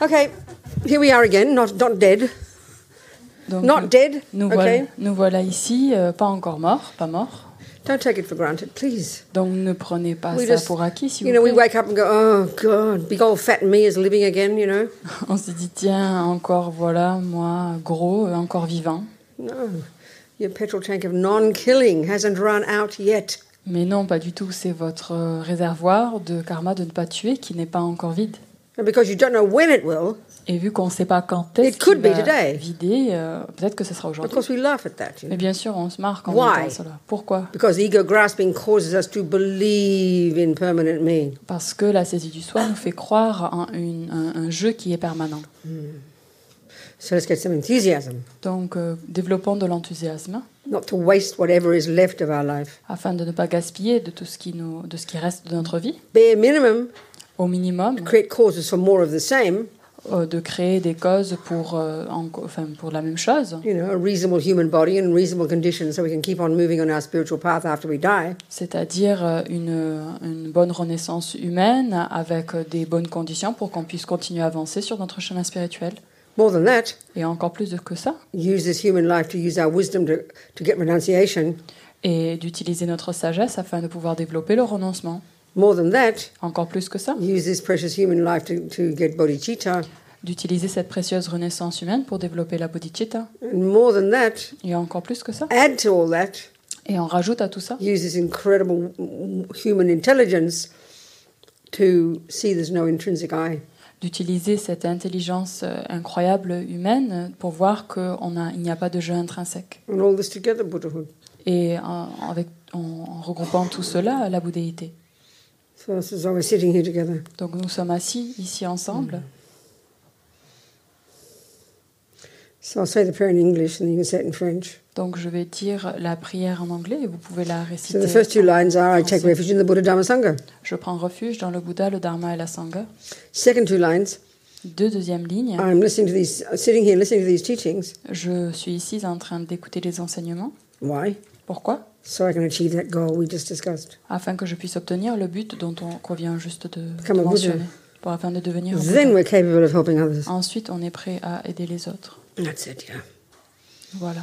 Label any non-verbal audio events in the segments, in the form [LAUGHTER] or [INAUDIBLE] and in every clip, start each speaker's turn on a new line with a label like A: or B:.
A: Okay, here we are again, not, not dead.
B: Donc,
A: Not
B: nous-
A: dead.
B: Nous,
A: Ok.
B: voilà, nous voilà ici, euh, pas encore mort, pas mort.
A: Don't take it for granted, please.
B: Donc ne prenez pas
A: We
B: ça
A: just-
B: pour acquis, s'il
A: You know,
B: vous
A: we wake
B: plaît.
A: up and go, oh God, big old fat me is living again, you know?
B: On se dit, tiens, encore voilà, moi, gros, euh, encore vivant.
A: No. Your petrol tank of non killing hasn't run out yet.
B: Mais non, pas du tout, c'est votre euh, réservoir de karma de ne pas tuer qui n'est pas encore vide.
A: And because you don't know when it will,
B: Et vu qu'on ne sait pas quand
A: It
B: est-ce
A: could
B: qu'il
A: be
B: va
A: today.
B: vider, euh, peut-être que ce sera
A: of
B: aujourd'hui.
A: course, we laugh at that, you
B: Mais
A: know?
B: bien sûr, on se marre quand on
A: Why
B: entend cela. Pourquoi
A: Because ego grasping causes us to believe in permanent me.
B: Parce que la saisie du soi nous fait croire en une- un, un jeu qui est permanent.
A: So let's get some enthusiasm,
B: Donc euh, développons de l'enthousiasme
A: not to waste whatever is left of our life.
B: afin de ne pas gaspiller de tout ce qui, nous, de ce qui reste de notre vie.
A: Bare minimum,
B: Au minimum,
A: create causes for more of the same,
B: euh, de créer des causes pour, euh, en- enfin, pour la même chose,
A: you know, a reasonable human body and reasonable conditions so we can keep on moving on our spiritual path after we die.
B: c'est-à-dire euh, une, une bonne renaissance humaine avec euh, des bonnes conditions pour qu'on puisse continuer à avancer sur notre chemin spirituel.
A: More than that,
B: Et encore plus de que ça,
A: use this human life to use our wisdom to, to get renunciation.
B: et d'utiliser notre sagesse afin de pouvoir développer le renoncement.
A: More than that,
B: Encore plus que ça,
A: use this precious human life to, to get bodhicitta.
B: d'utiliser cette précieuse renaissance humaine pour développer la bodhicitta.
A: And more than that,
B: Et encore plus que ça.
A: add to all that,
B: Et on rajoute à tout ça
A: use this incredible mm, human intelligence to see there's no intrinsic I.
B: d'utiliser cette intelligence euh, incroyable humaine pour voir qu'il n'y a pas de jeu intrinsèque.
A: And all this together, Buddhahood.
B: Et en, avec, en, en regroupant tout cela, la bouddhéité.
A: So this is why we're sitting here together.
B: Donc nous sommes assis ici ensemble.
A: So I'll say the prayer in English and then you can say it in French.
B: Donc je vais dire la prière en anglais et vous pouvez la
A: So
B: réciter.
A: the first two lines are I take
B: Awesome.
A: refuge in the Buddha Dhamma Sangha.
B: Je prends refuge dans le Bouddha, le Dharma et la Sangha.
A: Second two lines,
B: Deux deuxièmes lignes.
A: I'm listening to these, uh, sitting here listening to these teachings.
B: Je suis ici en train d'écouter les enseignements.
A: Why?
B: Pourquoi
A: So I can achieve that goal we just discussed.
B: Afin que je puisse obtenir le but dont on revient juste de, de
A: Comme un Bouddha.
B: mentionner. Pour afin de devenir un
A: Then
B: Bouddha.
A: we're capable of helping others.
B: Ensuite, on est prêt à aider les autres.
A: That's it, yeah.
B: Voilà.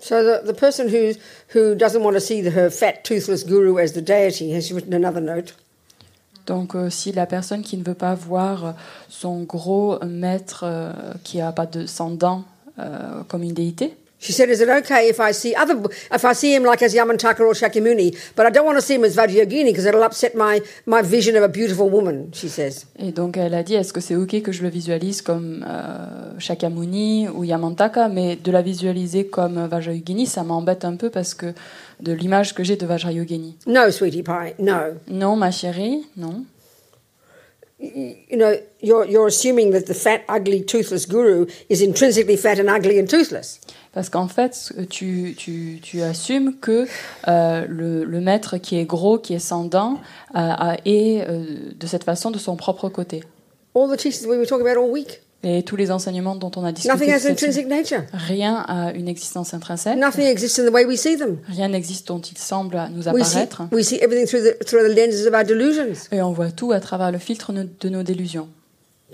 A: So the, the person who, who doesn't want to see the, her fat, toothless guru as the deity has written another note.
B: Donc, euh, si la personne qui ne veut pas voir son gros maître euh, qui a pas de sans dents euh, comme une déité,
A: She said, "Is it okay if I see other, if I see him like as Yamantaka or Shakyamuni, but I don't want to see him as Vajrayogini because it'll upset my, my vision of a beautiful woman." She says,
B: et donc elle a dit est-ce que c'est ok que je le visualise comme euh, Shakyamuni ou Yamantaka, mais de la visualiser comme Vajrayogini, ça m'embête un peu parce que de l'image que j'ai de Vajrayogini.
A: "No, sweetie pie, no.
B: Non, ma chérie, non.
A: Y- You know, you're you're assuming that the fat, ugly, toothless guru is intrinsically fat and ugly and toothless.
B: Parce qu'en fait, tu, tu, tu assumes que euh, le, le maître qui est gros, qui est sans dents, euh, a- est euh, de cette façon de son propre côté.
A: All the teachings we were talking about all week.
B: Et tous les enseignements dont on a discuté,
A: Nothing has
B: cette semaine,
A: intrinsic nature.
B: rien à une existence intrinsèque,
A: Nothing exists in the way we see them.
B: rien n'existe dont il semble nous
A: We see,
B: apparaître,
A: we see everything through the through the lenses of our delusions.
B: et on voit tout à travers le filtre no- de nos délusions.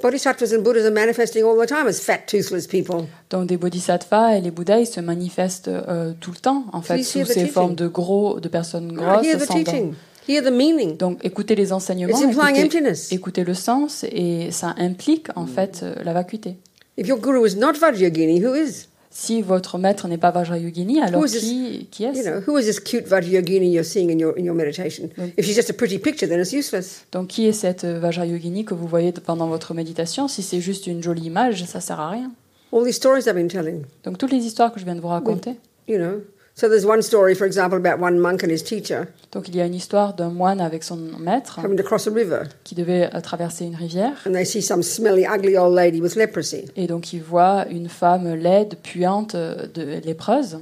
A: Bodhisattvas and Buddhas are manifesting all the time as fat, toothless people.
B: Donc des bodhisattvas et les bouddhas, ils se manifestent euh, tout le temps, en fait,
A: you
B: sous
A: hear the
B: ces
A: teaching.
B: formes de gros, de personnes grosses,
A: Hear the
B: sans dents.
A: teaching. Hear the meaning.
B: Donc écoutez les enseignements,
A: It's implying
B: écoutez,
A: emptiness.
B: écoutez le sens et ça implique en fait euh, la vacuité.
A: If your guru is not Vajrayogini, who is?
B: Si votre maître n'est pas Vajrayogini, alors
A: Who is
B: qui, qui
A: You
B: est-ce
A: know, who is this cute Vajrayogini you're seeing in your in your meditation? If she's just a pretty picture, then it's useless.
B: Donc qui est cette euh, Vajrayogini que vous voyez pendant votre méditation Si c'est juste une jolie image, ça sert à rien.
A: All these stories I've been telling,
B: Donc toutes les histoires que je viens de vous raconter.
A: you know. So there's one story, for example, about one monk and his teacher
B: Donc il y a une histoire d'un moine avec son maître
A: having to cross a river,
B: qui devait euh, traverser une rivière
A: and they see some smelly, ugly old lady with leprosy.
B: et donc il voit une femme laide, puante, euh, de lépreuse.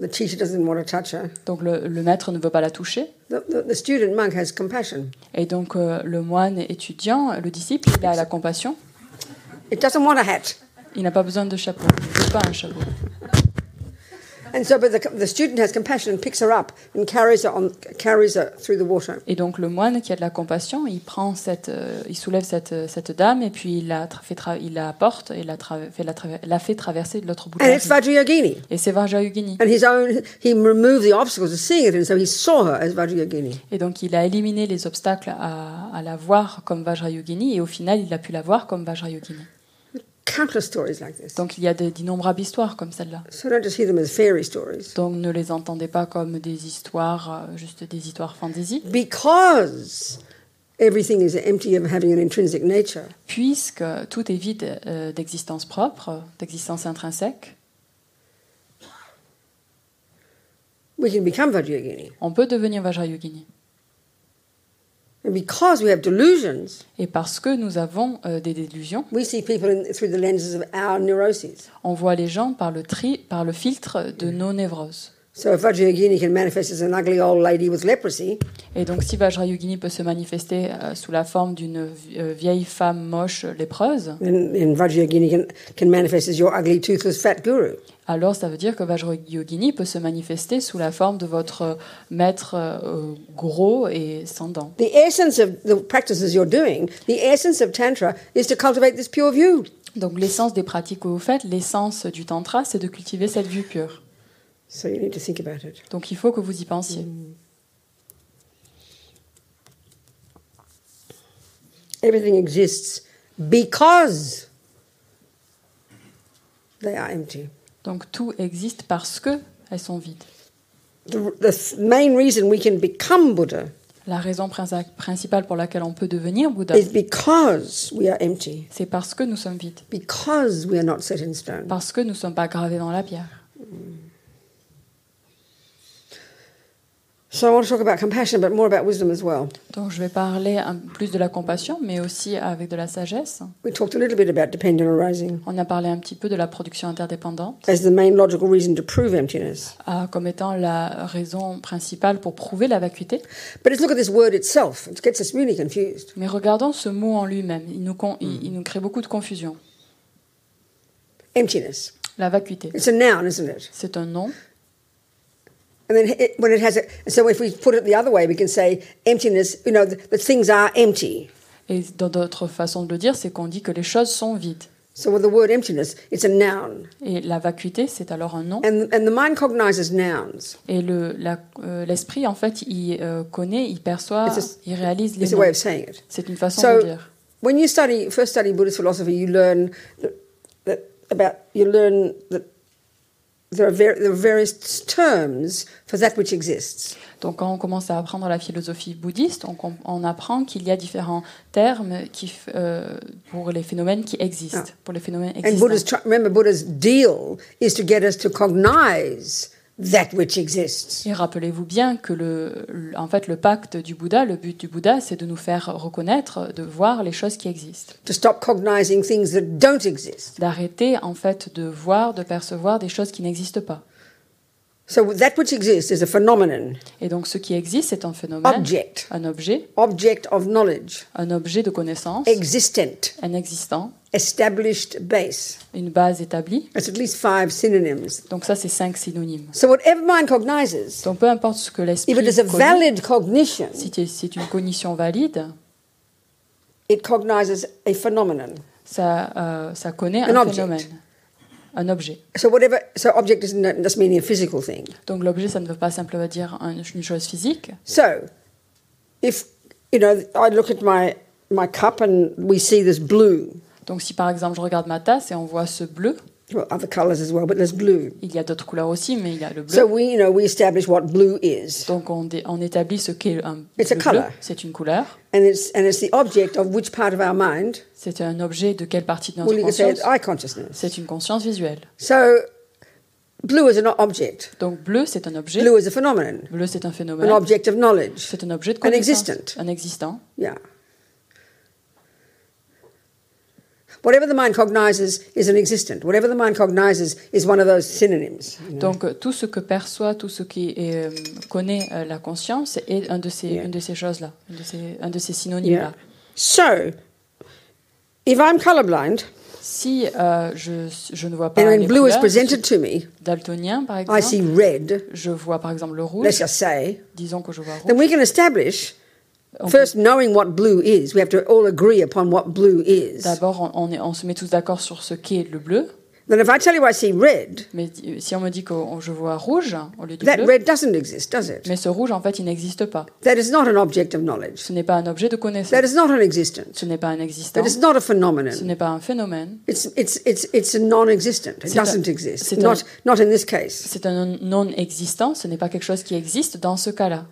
A: The teacher doesn't want to touch her.
B: Donc le- le maître ne veut pas la toucher.
A: The, the, the student monk has compassion.
B: Et donc euh, le moine étudiant, le disciple, il a la compassion.
A: It doesn't want a hat.
B: Il n'a pas besoin de chapeau. Il veut pas un chapeau.
A: And so, but the, the student has compassion and picks her up and carries her on, carries her through the water.
B: Et donc le moine qui a de la compassion, il prend cette, euh, il soulève cette, euh, cette dame et puis il la tra- fait tra- il la porte et la, tra- fait la, traver- la fait traverser de l'autre bout de
A: And
B: la
A: it's
B: rue.
A: Vajrayogini.
B: Et c'est Vajrayogini.
A: And his own, he removed the obstacles of seeing it, and so he saw her as Vajrayogini.
B: Et donc il a éliminé les obstacles à, à la voir comme Vajrayogini et au final il a pu la voir comme Vajrayogini.
A: Countless stories like this.
B: Donc il y a de- d'innombrables histoires comme celle-là.
A: So don't just hear them as fairy stories.
B: Donc ne les entendez pas comme des histoires, euh, juste des histoires fantasy,
A: Because everything is empty of having an intrinsic nature,
B: puisque tout est vide euh, d'existence propre, d'existence intrinsèque.
A: we can become Vajrayogini.
B: On peut devenir Vajrayogini.
A: And because we have delusions,
B: Et parce que nous avons euh, des délusions,
A: we see people in, through the lenses of our neuroses.
B: on voit les gens par le, tri, par le filtre de nos névroses.
A: So if Vajrayogini can manifest as an ugly old lady with leprosy,
B: Et donc si Vajrayogini peut se manifester euh, sous la forme d'une vi- euh, vieille femme moche lépreuse,
A: then, then Vajrayogini can, can manifest as your ugly, toothless, fat guru.
B: alors ça veut dire que Vajrayogini peut se manifester sous la forme de votre euh, maître euh, gros et sans dents.
A: The essence of the practices you're doing, the essence of Tantra is to cultivate this pure view.
B: Donc l'essence des pratiques que vous faites, l'essence du tantra, c'est de cultiver cette vue pure.
A: So you need to think about it.
B: Donc il faut que vous y pensiez.
A: Everything exists because they are empty.
B: Donc tout existe parce que elles sont vides.
A: The, the th- main reason we can become Buddha
B: La raison princi- principale pour laquelle on peut devenir Bouddha,
A: is because we are empty,
B: c'est parce que nous sommes vides,
A: because we are not set in stone.
B: parce que nous ne sommes pas gravés dans la pierre.
A: So I want to talk about compassion, but more about wisdom as well.
B: Donc je vais parler un- plus de la compassion, mais aussi avec de la sagesse.
A: We talked a little bit about dependent arising
B: On a parlé un petit peu de la production interdépendante
A: as the main logical reason to prove emptiness.
B: ah, comme étant la raison principale pour prouver la vacuité.
A: But let's look at this word itself. It gets us really confused.
B: Mais regardons ce mot en lui-même, il nous, con- il- il nous crée beaucoup de confusion.
A: Emptiness.
B: La vacuité.
A: It's a noun, isn't it?
B: C'est un nom.
A: And then it, when it has a, so if we put it the other way, we can say emptiness, you know, the, the things are empty.
B: Et dans d'autres façons de le dire, c'est qu'on dit que les choses sont vides.
A: So with the word emptiness, it's a noun.
B: Et la vacuité, c'est alors un nom.
A: And, and the mind cognizes nouns.
B: Et le- la- euh, l'esprit, en fait, il euh, connaît, il perçoit,
A: It's a-
B: il réalise les
A: It's a
B: noms.
A: way of saying it.
B: C'est une façon de le
A: So
B: dire.
A: when you study, first study Buddhist philosophy, you learn that, that about, you learn that there are, ver- there are various terms for that which exists.
B: Donc, quand on commence à apprendre la philosophie bouddhiste, on, com- on apprend qu'il y a différents termes qui, f- euh, pour les phénomènes qui existent, pour les phénomènes
A: Ah. And
B: existants.
A: Buddha's, tr- remember, Buddha's deal is to get us to cognize that which exists.
B: Et rappelez-vous bien que le, le- en fait, le pacte du Bouddha, le but du Bouddha, c'est de nous faire reconnaître, de voir les choses qui existent,
A: to stop cognizing things that don't exist.
B: d'arrêter, en fait, de voir, de percevoir des choses qui n'existent pas.
A: So that which exists is a phenomenon,
B: Et donc, ce qui existe, c'est un phénomène,
A: object,
B: un objet,
A: object of knowledge,
B: un objet de connaissance,
A: existent,
B: un existant,
A: established base.
B: une base établie.
A: That's at least five synonyms.
B: Donc ça, c'est cinq synonymes.
A: So whatever mind cognizes,
B: Donc peu importe ce que l'esprit
A: if it is a
B: connaît,
A: valid cognition,
B: si t'es- c'est une cognition valide,
A: it cognizes a phenomenon.
B: ça, euh, ça connaît
A: An
B: un
A: object.
B: phénomène, un objet.
A: So whatever, so object isn't just meaning a physical thing.
B: Donc l'objet, ça ne veut pas simplement dire un- une chose physique.
A: So if you know, I look at my my cup and we see this blue,
B: Donc si par exemple je regarde ma tasse et on voit ce bleu,
A: well, other colours as well, but there's blue.
B: il y a d'autres couleurs aussi, mais il y a le bleu.
A: So we, you know, we establish what blue is.
B: Donc on, dé- on établit ce qu'est un
A: It's a
B: le bleu.
A: color.
B: C'est une couleur.
A: and it's and it's the object of which part of our mind
B: C'est un objet de quelle partie de notre
A: well you could say
B: conscience
A: it's eye consciousness
B: C'est une conscience visuelle.
A: so blue is an object
B: Donc bleu, c'est un objet.
A: blue is a phenomenon
B: Bleu, c'est un
A: an
B: phénomène.
A: object of knowledge
B: C'est un objet de
A: An
B: connaissance.
A: existent.
B: Un existant.
A: yeah whatever the mind cognizes is an existent whatever the mind cognizes is one of those synonyms
B: Donc euh, tout ce que perçoit, tout ce qui est, euh, connaît euh, la conscience est un de ces,
A: Yeah.
B: une de ces choses-là, un de ces, un de ces
A: yeah
B: synonymes-là.
A: so if i'm colorblind
B: Si euh, je, je ne vois pas
A: And when
B: les
A: blue Ah, is
B: couleurs,
A: presented to me,
B: daltonien par
A: I
B: exemple,
A: see red,
B: je vois par exemple le
A: let's
B: rouge,
A: just say,
B: disons que je vois rouge.
A: then we can establish
B: On peut-
A: first knowing what blue is. We have to all agree upon what blue is.
B: D'abord, on, on est- on se met tous d'accord sur ce qu'est le bleu,
A: Then if I tell you I see red,
B: mais di- si on me dit que on- je vois rouge au lieu du
A: that
B: bleu,
A: red doesn't exist, does it?
B: mais ce rouge en fait il n'existe pas.
A: That is not an object of knowledge.
B: Ce n'est pas un objet de
A: That
B: connaissance,
A: is not an existence.
B: ce n'est pas un
A: That
B: existant,
A: is not a
B: ce
A: phenomenon.
B: n'est pas un phénomène,
A: It's it's it's it's a non-existent. It
B: C'est un-
A: doesn't exist.
B: c'est un-
A: Not not in this case.
B: c'est un non- non-existant, ce n'est pas quelque chose qui existe dans ce cas-là.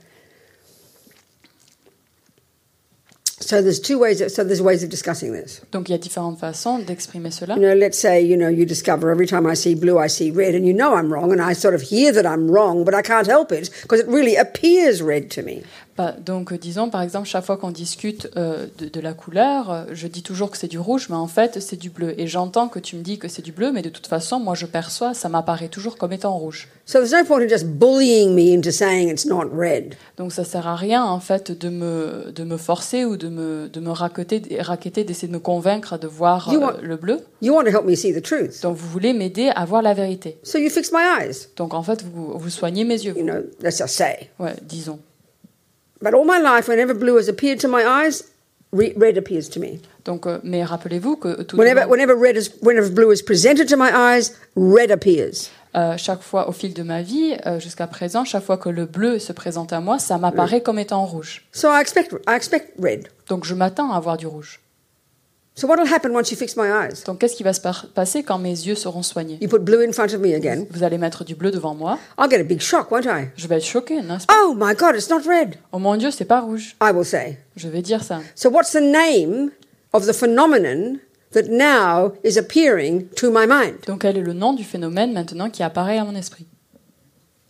A: So there's two ways. Of, so there's ways of discussing this.
B: Donc il y a différentes façons d'exprimer cela.
A: You know, let's say you know you discover every time I see blue, I see red, and you know I'm wrong, and I sort of hear that I'm wrong, but I can't help it because it really appears red to me.
B: Bah, donc, euh, disons, par exemple, chaque fois qu'on discute euh, de, de la couleur, euh, je dis toujours que c'est du rouge, mais en fait, c'est du bleu. Et j'entends que tu me dis que c'est du bleu, mais de toute façon, moi, je perçois, ça m'apparaît toujours comme étant rouge.
A: So there's no point in just bullying me into saying it's not red.
B: Donc, ça sert à rien, en fait, de me, de me forcer ou de me, de me raqueter, raqueter, d'essayer de me convaincre de voir
A: You
B: euh,
A: want-
B: le bleu.
A: You want to help me see the truth,
B: Donc, vous voulez m'aider à voir la vérité.
A: so you fix my eyes.
B: Donc, en fait, vous, vous soignez mes yeux,
A: You
B: vous.
A: know, let's just say.
B: Ouais, disons.
A: But all my life, whenever blue has appeared to my eyes, re- red appears to me.
B: Donc, euh, mais rappelez-vous que tout au
A: Whenever,
B: long-
A: whenever red is, whenever blue is presented to my eyes, red appears.
B: Euh, chaque fois au fil de ma vie, euh, jusqu'à présent, chaque fois que le bleu se présente à moi, ça m'apparaît comme étant rouge.
A: So I expect, I expect red.
B: Donc je m'attends à avoir du rouge.
A: So what will happen once you fix my eyes?
B: Donc qu'est-ce qui va se par- passer quand mes yeux seront soignés
A: You put blue in front of me again.
B: Vous allez mettre du bleu devant moi,
A: I'll get a big shock, won't I?
B: je vais être choquée, n'est-ce pas
A: Oh my God, it's not red.
B: Oh mon dieu, c'est pas rouge.
A: I will say.
B: Je vais dire ça.
A: So what's the name of the phenomenon that now is appearing to my mind?
B: Donc quel est le nom du phénomène maintenant qui apparaît à mon esprit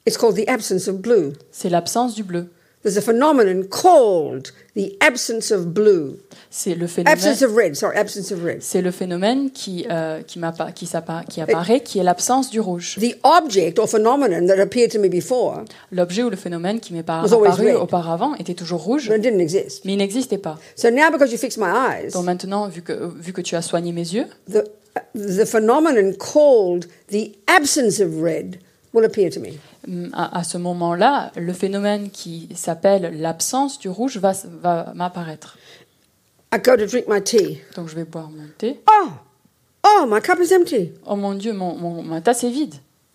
A: It's called the absence of blue.
B: C'est l'absence du bleu.
A: There's a phenomenon called the absence of blue.
B: C'est le phénomène.
A: Absence of red, sorry, absence of red.
B: C'est le phénomène qui, euh, qui, m'appa- qui, s'appa- qui apparaît, qui est l'absence du rouge.
A: The object or phenomenon that appeared to me before
B: L'objet ou le phénomène qui m'est pas
A: Was always
B: apparu
A: red.
B: auparavant était toujours rouge,
A: but it didn't exist.
B: mais il n'existait pas.
A: So now because you fixed my eyes,
B: Donc maintenant, vu que, vu que tu as soigné mes yeux,
A: the, the phenomenon called the absence of red will appear to me.
B: hum, à, à ce moment-là, le phénomène qui s'appelle l'absence du rouge va, s- va m'apparaître.
A: I go to drink my tea.
B: Donc je vais boire mon thé.
A: Oh, oh, my cup is empty.
B: Oh mon dieu, mon, mon- ma tasse est vide.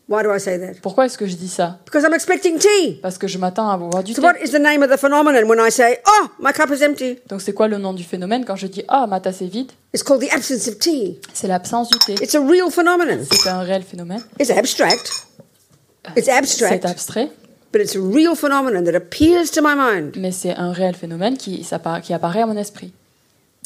A: Why do I say that?
B: Pourquoi est-ce que je dis ça
A: Because I'm expecting tea.
B: Parce que je m'attends à boire du
A: So
B: thé.
A: what is the name of the phenomenon when I say, oh, my cup is empty?
B: Donc c'est quoi le nom du phénomène quand je dis ah ma tasse est vide
A: It's called the absence of tea.
B: C'est l'absence du thé.
A: It's a real phenomenon.
B: C'est un réel phénomène.
A: It's abstract. It's
B: C'est
A: abstract,
B: abstrait,
A: but it's a real phenomenon that appears to my mind.
B: mais c'est un réel phénomène qui, s'appara- qui apparaît à mon esprit.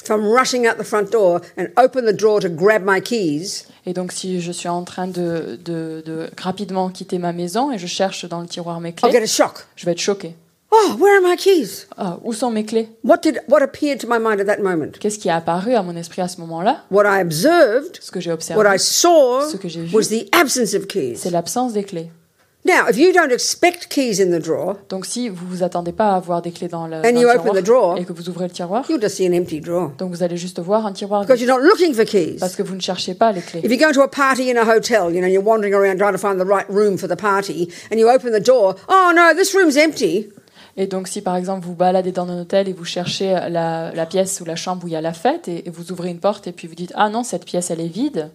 A: If I'm rushing out the front door and open the drawer to grab my keys,
B: Et donc si je suis en train de, de, de rapidement quitter ma maison et je cherche dans le tiroir mes
A: I'll
B: clés,
A: get a shock.
B: je vais être choquée.
A: Oh, where are my keys?
B: Ah, où sont mes clés
A: What did what appeared to my mind at that moment?
B: Qu'est-ce qui est apparu à mon esprit à ce moment-là
A: What I observed,
B: Ce que j'ai
A: what I
B: observé,
A: saw,
B: Ce que j'ai vu.
A: was the absence of keys.
B: c'est l'absence des clés.
A: Now, if you don't expect keys in the drawer,
B: Donc si vous vous attendez pas à avoir des clés dans le,
A: And
B: dans
A: you
B: le
A: open the
B: tiroir
A: drawer.
B: et que vous ouvrez le tiroir,
A: you'll just see an empty drawer
B: donc vous allez juste voir un tiroir
A: because
B: vide
A: you're not looking for
B: parce
A: keys.
B: que vous ne cherchez pas les clés.
A: If you go to a party in a hotel, you know, you're wandering around trying to find the right room for the party, and you open the door, oh no, this room's empty.
B: Et donc si par exemple vous baladez dans un hôtel et vous cherchez la, la pièce ou la chambre où il y a la fête et, et vous ouvrez une porte et puis vous dites ah non cette pièce elle est vide,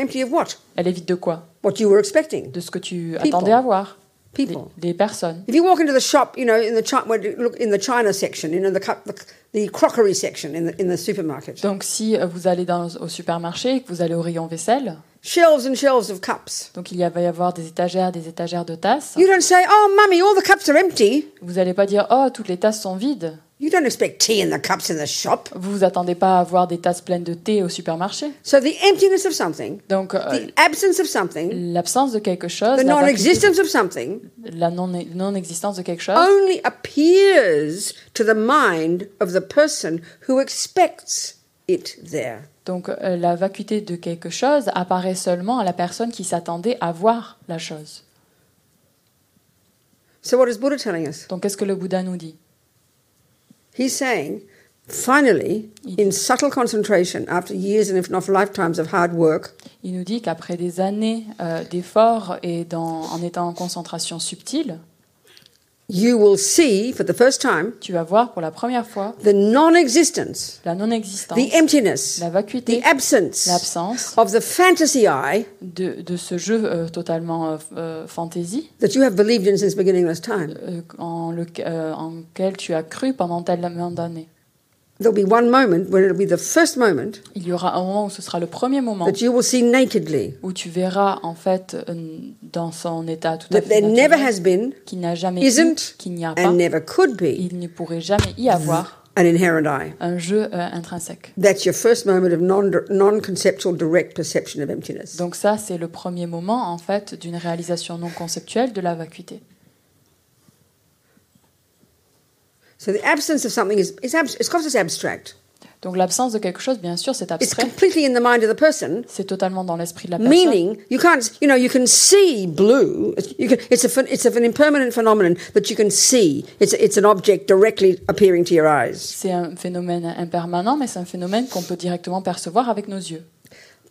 A: Empty of what?
B: elle est vide de quoi
A: What you were expecting.
B: De ce que tu
A: People.
B: attendais à voir, des,
A: People.
B: des personnes.
A: If you walk into the shop, you know, in the chi- when you look in the china section, you know, the cup, the, the crockery section in the in the supermarket,
B: Donc si euh, vous allez dans, au supermarché et que vous allez au rayon vaisselle,
A: shelves and shelves of cups.
B: donc il y a- va y avoir des étagères, des étagères de tasses.
A: You don't say, "Oh, mummy, all the cups are empty."
B: Vous n'allez pas dire oh toutes les tasses sont vides.
A: You don't expect tea in the cups in the shop.
B: Vous vous attendez pas à avoir des tasses pleines de thé au supermarché.
A: So the emptiness of something,
B: Donc euh,
A: the absence of something,
B: l'absence de quelque chose,
A: the
B: la
A: non-existence of something,
B: vacuité- la non existence de quelque chose,
A: only appears to the mind of the person who expects it there.
B: donc euh, la vacuité de quelque chose apparaît seulement à la personne qui s'attendait à voir la chose.
A: So what is Buddha telling us?
B: Donc qu'est-ce que le Bouddha nous dit
A: He's saying Finally, in subtle concentration, after years and if not lifetimes of hard work,
B: Il nous dit qu'après des années euh, d'efforts et dans- en étant en concentration subtile,
A: you will see for the first time
B: tu vas voir pour la première fois
A: the non existence,
B: la non-existence,
A: the emptiness,
B: la
A: the
B: vacuité,
A: absence
B: l'absence
A: of the fantasy I
B: de, de ce jeu euh, totalement euh, euh, fantaisie
A: that you have believed in since beginningless time.
B: euh, en, le- euh, en quel tu as cru pendant tellement d'années.
A: There'll be one moment when it'll be the first moment
B: Il y aura un moment où ce sera le premier moment
A: that you will see nakedly
B: où tu verras en fait euh, dans son état tout à
A: that there
B: fait
A: never
B: naturel,
A: has been
B: qu'il n'a jamais eu,
A: isn't,
B: qu'il n'y a pas,
A: and never could be
B: il ne pourrait jamais y avoir
A: an inherent I.
B: un jeu euh, intrinsèque.
A: That's your first moment of non non conceptual direct perception of emptiness.
B: Donc ça, c'est le premier moment en fait d'une réalisation non conceptuelle de la vacuité.
A: So the absence of something is, is abs- it's, of course it's abstract.
B: Donc l'absence de quelque chose, bien sûr, c'est
A: It's
B: abstrait.
A: completely in the mind of the person.
B: C'est totalement dans l'esprit de la personne.
A: Meaning, you can't, you know, you can see blue. It's- You can, it's, a, phen- it's of an impermanent phenomenon that you can see. It's, it's an object directly appearing to your eyes.
B: C'est un phénomène impermanent, mais c'est un phénomène qu'on peut directement percevoir avec nos yeux.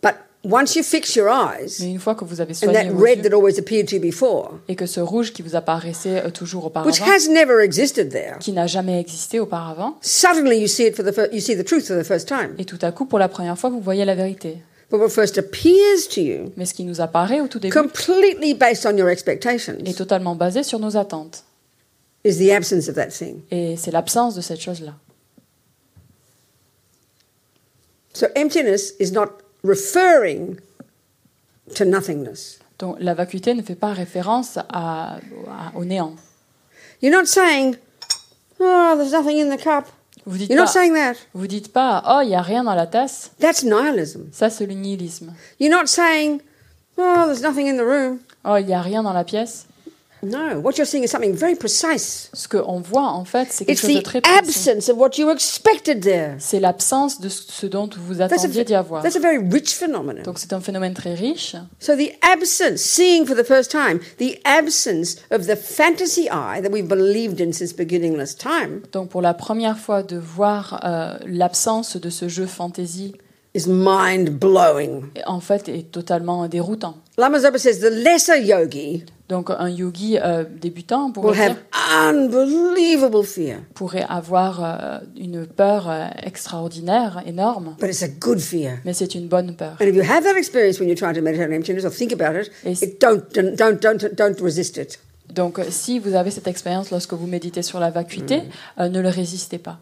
A: But once you fix your eyes,
B: Mais une fois que vous avez
A: and
B: soigné
A: that
B: vos
A: red
B: yeux
A: that always appeared to you before,
B: et que ce rouge qui vous apparaissait euh, toujours
A: which
B: auparavant,
A: has never existed there,
B: qui n'a jamais existé auparavant,
A: suddenly you see it for the fir- you see the truth for the first time.
B: et tout à coup, pour la première fois, vous voyez la vérité.
A: But what first appears to you,
B: Mais ce qui nous apparaît au tout début
A: completely based on your
B: est
A: expectations,
B: totalement basé sur nos attentes.
A: is the absence of that thing.
B: Et c'est l'absence de cette chose-là.
A: So emptiness is not referring to nothingness.
B: Donc la vacuité ne fait pas référence à- à- au néant.
A: You're not saying, "Oh, there's nothing in the cup."
B: Vous dites
A: You're not
B: pas,
A: saying that.
B: vous dites pas, oh, il n'y a rien dans la tasse.
A: That's nihilism.
B: Ça, c'est le nihilisme.
A: You're not saying, "Oh, there's nothing in the room."
B: Oh, il n'y a rien dans la pièce.
A: No, what you're seeing is something very precise.
B: Ce qu'on voit, en fait, c'est quelque
A: It's
B: chose de
A: the
B: très précis.
A: absence of what you expected there.
B: C'est l'absence de ce ce dont vous
A: That's a,
B: attendiez d'y avoir.
A: that's a very rich phenomenon.
B: Donc c'est un phénomène très riche.
A: So the absence, seeing for the first time, the absence of the fantasy I that we've believed in since beginningless time
B: Donc pour la première fois, de voir euh, l'absence de ce jeu fantaisie,
A: is mind blowing.
B: en fait, est totalement déroutant.
A: Lama Zopa says the lesser yogi
B: Donc un yogi euh, débutant
A: will
B: pourrait,
A: have
B: dire-
A: unbelievable fear,
B: pourrait avoir euh, une peur euh, extraordinaire, énorme,
A: but it's a good fear.
B: mais c'est une bonne peur.
A: And if you have that experience when you're trying to meditate on emptiness or think about it,
B: Yes.
A: it don't, don't don't don't resist it.
B: Donc, euh, si vous avez cette expérience lorsque vous méditez sur la vacuité, euh, ne le résistez pas.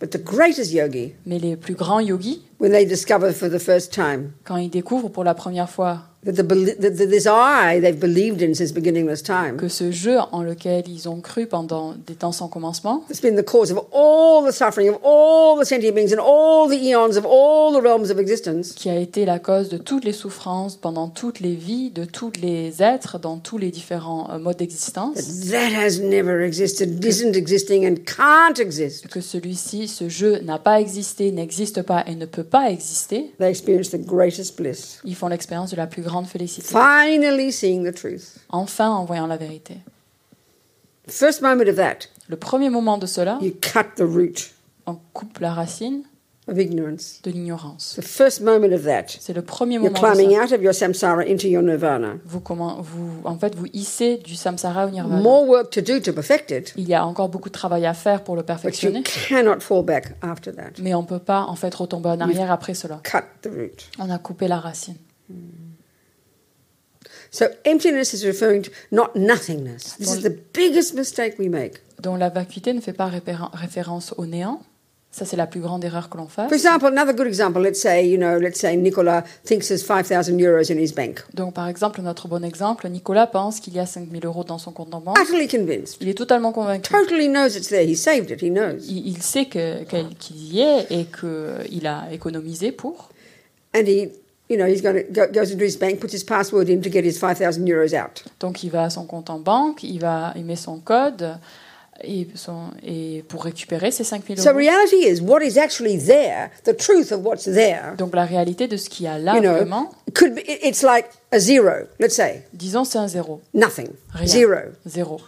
A: But the greatest yogi,
B: Mais les plus grands yogis,
A: when they discover for the first time
B: quand ils découvrent pour la première fois
A: that the, beli- that that this I they've believed in since beginningless time
B: que ce jeu en lequel ils ont cru pendant des temps sans commencement,
A: It's been the cause of all the suffering of all the sentient beings and all the eons of all the realms of existence.
B: qui a été la cause de toutes les souffrances pendant toutes les vies, de tous les êtres, dans tous les différents euh, modes
A: That,
B: d'existence,
A: that has never existed, isn't existing, and can't exist.
B: que celui-ci, ce jeu, n'a pas existé, n'existe pas et ne peut pas exister,
A: They experience the greatest bliss,
B: ils font l'expérience de la plus grande félicité.
A: finally seeing the truth.
B: Enfin, en voyant la vérité.
A: First moment of that,
B: Le premier moment de cela,
A: you cut the root
B: on coupe la racine
A: of ignorance.
B: de l'ignorance.
A: The first moment of that,
B: C'est le premier
A: you're
B: moment. de
A: climbing
B: ça.
A: out of your samsara into your nirvana.
B: Vous, comment, vous, en fait, vous hissez du samsara au nirvana.
A: More work to do to perfect it,
B: Il y a encore beaucoup de travail à faire pour le
A: but you
B: perfectionner,
A: cannot fall back after that.
B: mais on peut pas en fait retomber en arrière après cela.
A: Cut the root.
B: On a coupé la racine.
A: So emptiness is referring to not nothingness. This is the biggest mistake we make.
B: Dont la vacuité ne fait pas répéren- référence au néant. Ça, c'est la plus grande erreur que l'on
A: For
B: fasse.
A: example, another good example, let's say, you know, let's say Nicola thinks there's 5,000 euros in his bank.
B: Donc, par exemple, notre bon exemple, Nicolas pense qu'il y a 5000 euros dans son compte en banque.
A: Utterly convinced.
B: Il est totalement convaincu.
A: Totally knows it's there. He saved it. He knows.
B: Il, il sait que- qu'elle- qu'il y est et qu'il a économisé pour.
A: And he, you know, he's going to go, goes into his bank, puts his password in to get his 5,000 euros out.
B: Donc il va à son compte en banque, il va il met son code et, son, et pour récupérer ses 5000 euros.
A: So reality is what is actually there, the truth of what's there,
B: Donc la réalité de ce qu'il y a là
A: you
B: vraiment,
A: know, could be, it- it's like a zero, let's say,
B: disons c'est un zéro,
A: nothing,
B: Rien.
A: zero.
B: zéro.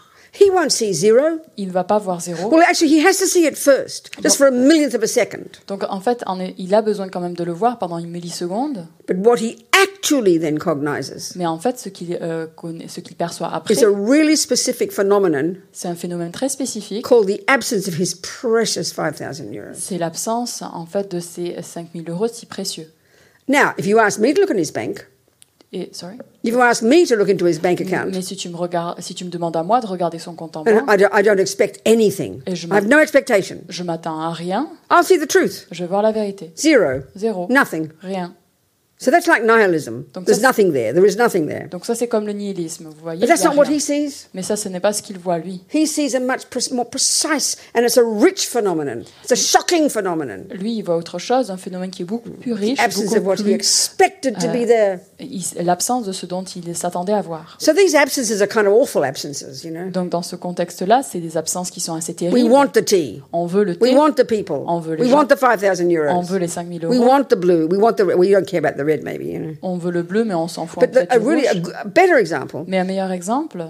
A: He won't see zero.
B: Il ne va pas voir zéro.
A: Well, actually, he has to see it first, just for a millionth of a second.
B: Donc en fait, en est- il a besoin quand même de le voir pendant une milliseconde.
A: But what he actually then cognizes
B: Mais en fait, ce qu'il euh, connaît- ce qu'il perçoit après,
A: is a really specific phenomenon
B: c'est un phénomène très spécifique.
A: called the absence of his precious 5,000 euros.
B: C'est l'absence en fait de ces 5000 euros si précieux.
A: Now, if you ask me to look in his bank,
B: Et sorry.
A: if you ask me to look into his bank account,
B: Mais si tu me regardes, si tu me demandes à moi de regarder son compte en
A: and
B: banque,
A: I, don't, I don't expect anything,
B: Et je
A: I have no expectation.
B: je m'attends à rien.
A: I'll see the truth
B: Je vais voir la vérité.
A: zero,
B: Zéro.
A: nothing.
B: Rien.
A: So that's like nihilism.
B: Donc
A: There's
B: ça, c'est-
A: nothing there. There is nothing there.
B: Donc ça, c'est comme le nihilisme, vous voyez.
A: But
B: il
A: that's
B: y a
A: not what
B: rien.
A: he sees.
B: Mais ça, ce n'est pas ce qu'il voit lui.
A: He sees a much pre- more precise, and it's a rich phenomenon. It's a shocking phenomenon.
B: Lui, il voit autre chose, un phénomène qui est beaucoup plus riche,
A: Absence of
B: beaucoup
A: what he
B: plus
A: expected to be
B: euh,
A: there.
B: il- l'absence de ce dont il s'attendait à voir.
A: So these absences are kind of awful absences, you know.
B: Donc dans ce contexte-là, c'est des absences qui sont assez
A: We
B: terribles.
A: want the tea.
B: on veut le
A: We
B: thé,
A: want the people.
B: On veut les
A: we
B: gens.
A: want the 5,000
B: on veut
A: euros.
B: les 5000
A: We
B: euros,
A: want the blue. We want the red. We don't care about the red, maybe, you know.
B: on veut le bleu, mais on s'en fout.
A: But
B: en fait
A: the, a
B: du
A: really a,
B: rouge.
A: g- a better example,
B: Mais un meilleur exemple,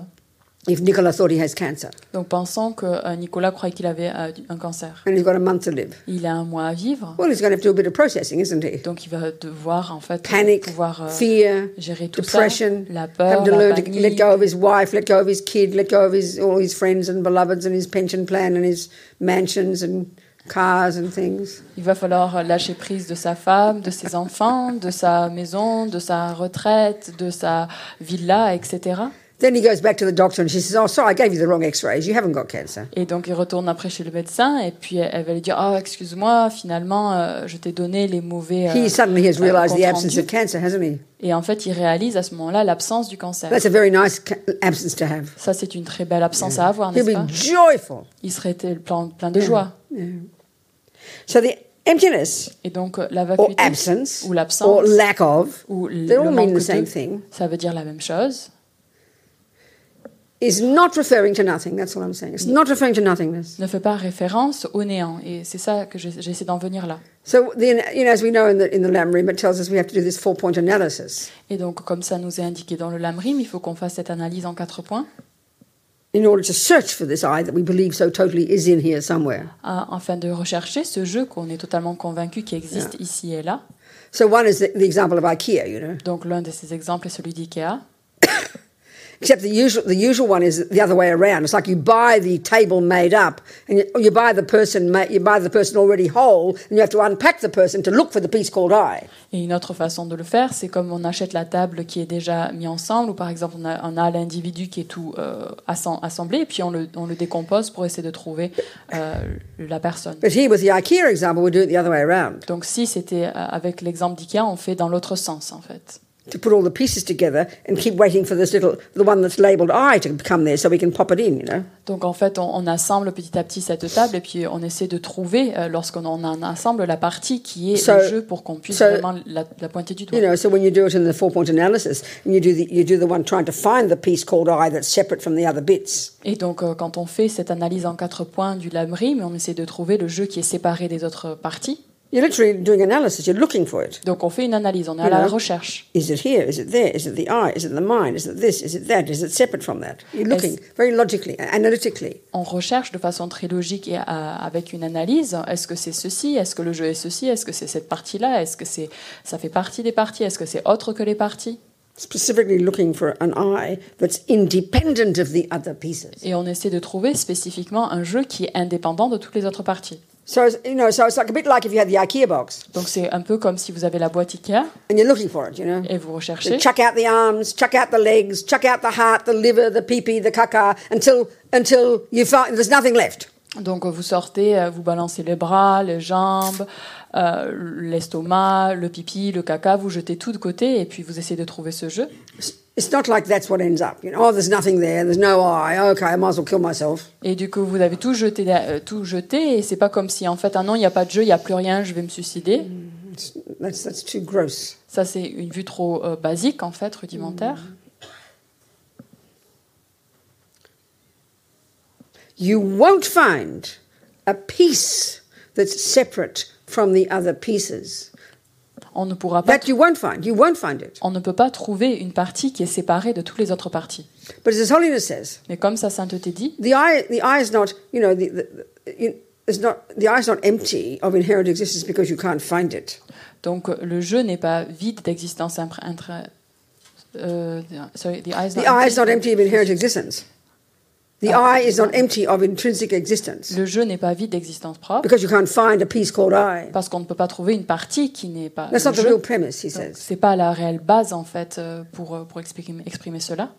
A: if Nicola thought he has cancer
B: donc pensons que euh, Nicolas croyait qu'il avait euh, du- un cancer.
A: and he's got a month to live,
B: Il a un mois à vivre,
A: well, he's going to have to do a bit of processing, isn't he?
B: donc il va devoir en fait
A: Panic,
B: pouvoir euh,
A: fear,
B: gérer tout ça,
A: depression,
B: la
A: having
B: peur,
A: to
B: la
A: learn to
B: panique,
A: let go of his wife, let go of his kid, let go of his all his friends and beloveds and his pension plan and his mansions and cars and things.
B: Il va falloir lâcher prise de sa femme, de ses enfants, de sa maison, de sa retraite, de sa villa, etc.
A: Then he goes back to the doctor and she says, "Oh, sorry, I gave you the wrong X-rays. You haven't got cancer."
B: Et donc il retourne après chez le médecin et puis elle, elle va lui dire ah excuse-moi finalement euh, je t'ai donné les mauvais euh,
A: He suddenly has
B: euh,
A: realised the
B: comptes
A: absence of
B: rendus.
A: cancer, hasn't he?
B: et en fait il réalise à ce moment-là l'absence du cancer.
A: That's a very nice ca- absence to have.
B: Ça c'est une très belle absence à avoir
A: He'll
B: n'est-ce
A: be
B: pas
A: joyful.
B: Il serait été plein, plein de joie.
A: So the emptiness
B: Et donc euh, la
A: or
B: vacuité
A: absence
B: ou
A: or
B: l'absence
A: lack of
B: ou l-
A: They all
B: le
A: mean
B: manque
A: the same
B: de
A: thing.
B: ça veut dire la même chose.
A: is not referring to nothing. That's all I'm saying. It's not referring to nothingness.
B: Ne fait pas référence au néant et c'est ça que j'essa- j'essaie d'en venir là.
A: So then, you know, as we know in the in the Lamrim, it tells us we have to do this four-point analysis.
B: Et donc, comme ça nous est indiqué dans le Lamrim, il faut qu'on fasse cette analyse en quatre points
A: in order to search for this I that we believe so totally is in here somewhere.
B: hein, afin de rechercher ce jeu qu'on est totalement convaincu qui existe ici et là.
A: So one is the, the example of IKEA, you know,
B: Donc, l'un de ces exemples est celui d'IKEA.
A: except the usual the usual one is the other way around. It's like you buy the table made up, and you, or you buy the person ma- you buy the person already whole, and you have to unpack the person to look for the piece called I.
B: Et une autre façon de le faire, c'est comme on achète la table qui est déjà mise ensemble, ou par exemple, on a, on a l'individu qui est tout euh, assem- assemblé, et puis on le, on le décompose pour essayer de trouver euh, la personne.
A: But here with the IKEA example, we do it the other way around
B: Donc, si c'était euh, avec l'exemple d'IKEA, on fait dans l'autre sens, en fait.
A: to put all the pieces together and keep waiting for this little the one that's labelled I to come there so we can pop it in, you know.
B: Donc en fait, on, on assemble petit à petit cette table et puis on essaie de trouver, euh, lorsqu'on en en assemble, la partie qui est
A: So-
B: le jeu pour qu'on puisse
A: so-
B: vraiment la, la pointer du doigt.
A: You know, so when you do it in the four point analysis, and you do the you do the one trying to find the piece called I that's separate from the other bits.
B: Et donc euh, quand on fait cette analyse en quatre points du lamrim, on essaie de trouver le jeu qui est séparé des autres parties.
A: You're literally doing analysis. You're looking for it.
B: Donc on fait une analyse, on est à
A: You
B: la
A: know.
B: recherche.
A: Is it here? Is it there? Is it the eye? Is it the mind? Is it this? Is it that? Is it separate from that? You're looking very logically, analytically.
B: On recherche de façon très logique et à- avec une analyse. Est-ce que c'est ceci Est-ce que le jeu est ceci Est-ce que c'est cette partie-là Est-ce que c'est ça fait partie des parties Est-ce que c'est autre que les parties
A: Specifically looking for an eye that's independent of the other pieces.
B: Et on essaie de trouver spécifiquement un jeu qui est indépendant de toutes les autres parties.
A: So it's, you know, so it's like a bit like if you had the IKEA box
B: Donc c'est un peu comme si vous avez la boîte Ikea
A: and you're looking for it. You know,
B: et vous
A: you
B: recherchez.
A: chuck out the arms, chuck out the legs, chuck out the heart, the liver, the pee pee, the caca until until you find there's nothing left.
B: Donc vous sortez, euh, vous balancez les bras, les jambes, euh, l'estomac, le pipi, le caca, vous jetez tout de côté et puis vous essayez de trouver ce jeu.
A: It's- It's not like that's what ends up. You know, oh, there's nothing there. There's no eye. Okay, I might as well kill myself.
B: Et du coup vous avez tout jeté, euh, tout jeté et c'est pas comme si en fait ah non il n'y a pas de jeu, il n'y a plus rien, je vais me suicider.
A: It's- That's that's too gross.
B: Ça c'est une vue trop euh, basique en fait, rudimentaire.
A: you won't find a piece that's separate from the other pieces
B: on ne pourra pas,
A: That you won't find. You won't find it.
B: on ne peut pas trouver une partie qui est séparée de toutes les autres parties.
A: But as His Holiness says,
B: Mais comme sa sainteté dit,
A: the eye, the eye is not, you know, the, the, the, you- it's not, the eye is not empty of inherent existence because you can't find it.
B: donc euh, le jeu n'est pas vide d'existence impr- intra- euh, sorry, the eye is
A: The
B: not
A: eye
B: empty.
A: is not empty of inherent existence. The eye is not empty of intrinsic existence
B: Le jeu n'est pas vide d'existence propre
A: because you can't find a piece called eye.
B: parce qu'on ne peut pas trouver une partie qui n'est pas
A: That's
B: le
A: not the
B: jeu.
A: real premise, he
B: Donc,
A: says.
B: C'est pas la réelle base en fait euh, pour euh, pour exprimer, exprimer cela.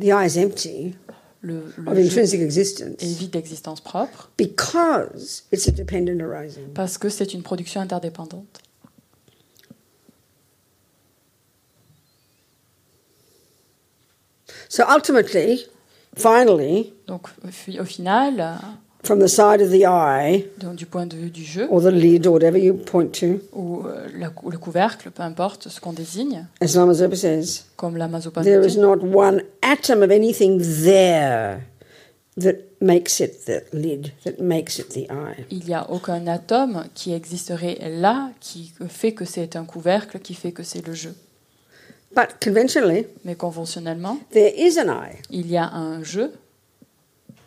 A: The eye is empty
B: Le, le
A: of
B: jeu
A: intrinsic
B: est
A: existence
B: vide d'existence propre
A: because it's a dependent arising.
B: parce que c'est une production interdépendante.
A: So ultimately, finally,
B: Donc au fi- au final, euh,
A: from the side of the eye
B: donc, du point de vue du jeu
A: or the lid or whatever you point to,
B: ou euh, la cou- le couvercle, peu importe ce qu'on désigne,
A: as Lama Zopa says,
B: comme la masopane.
A: there is not one atom of anything there that makes it the lid, that makes it the eye.
B: Il n'y a aucun atome qui existerait là qui fait que c'est un couvercle, qui fait que c'est le jeu.
A: But conventionally,
B: Mais conventionnellement,
A: there is an eye.
B: il y a un jeu,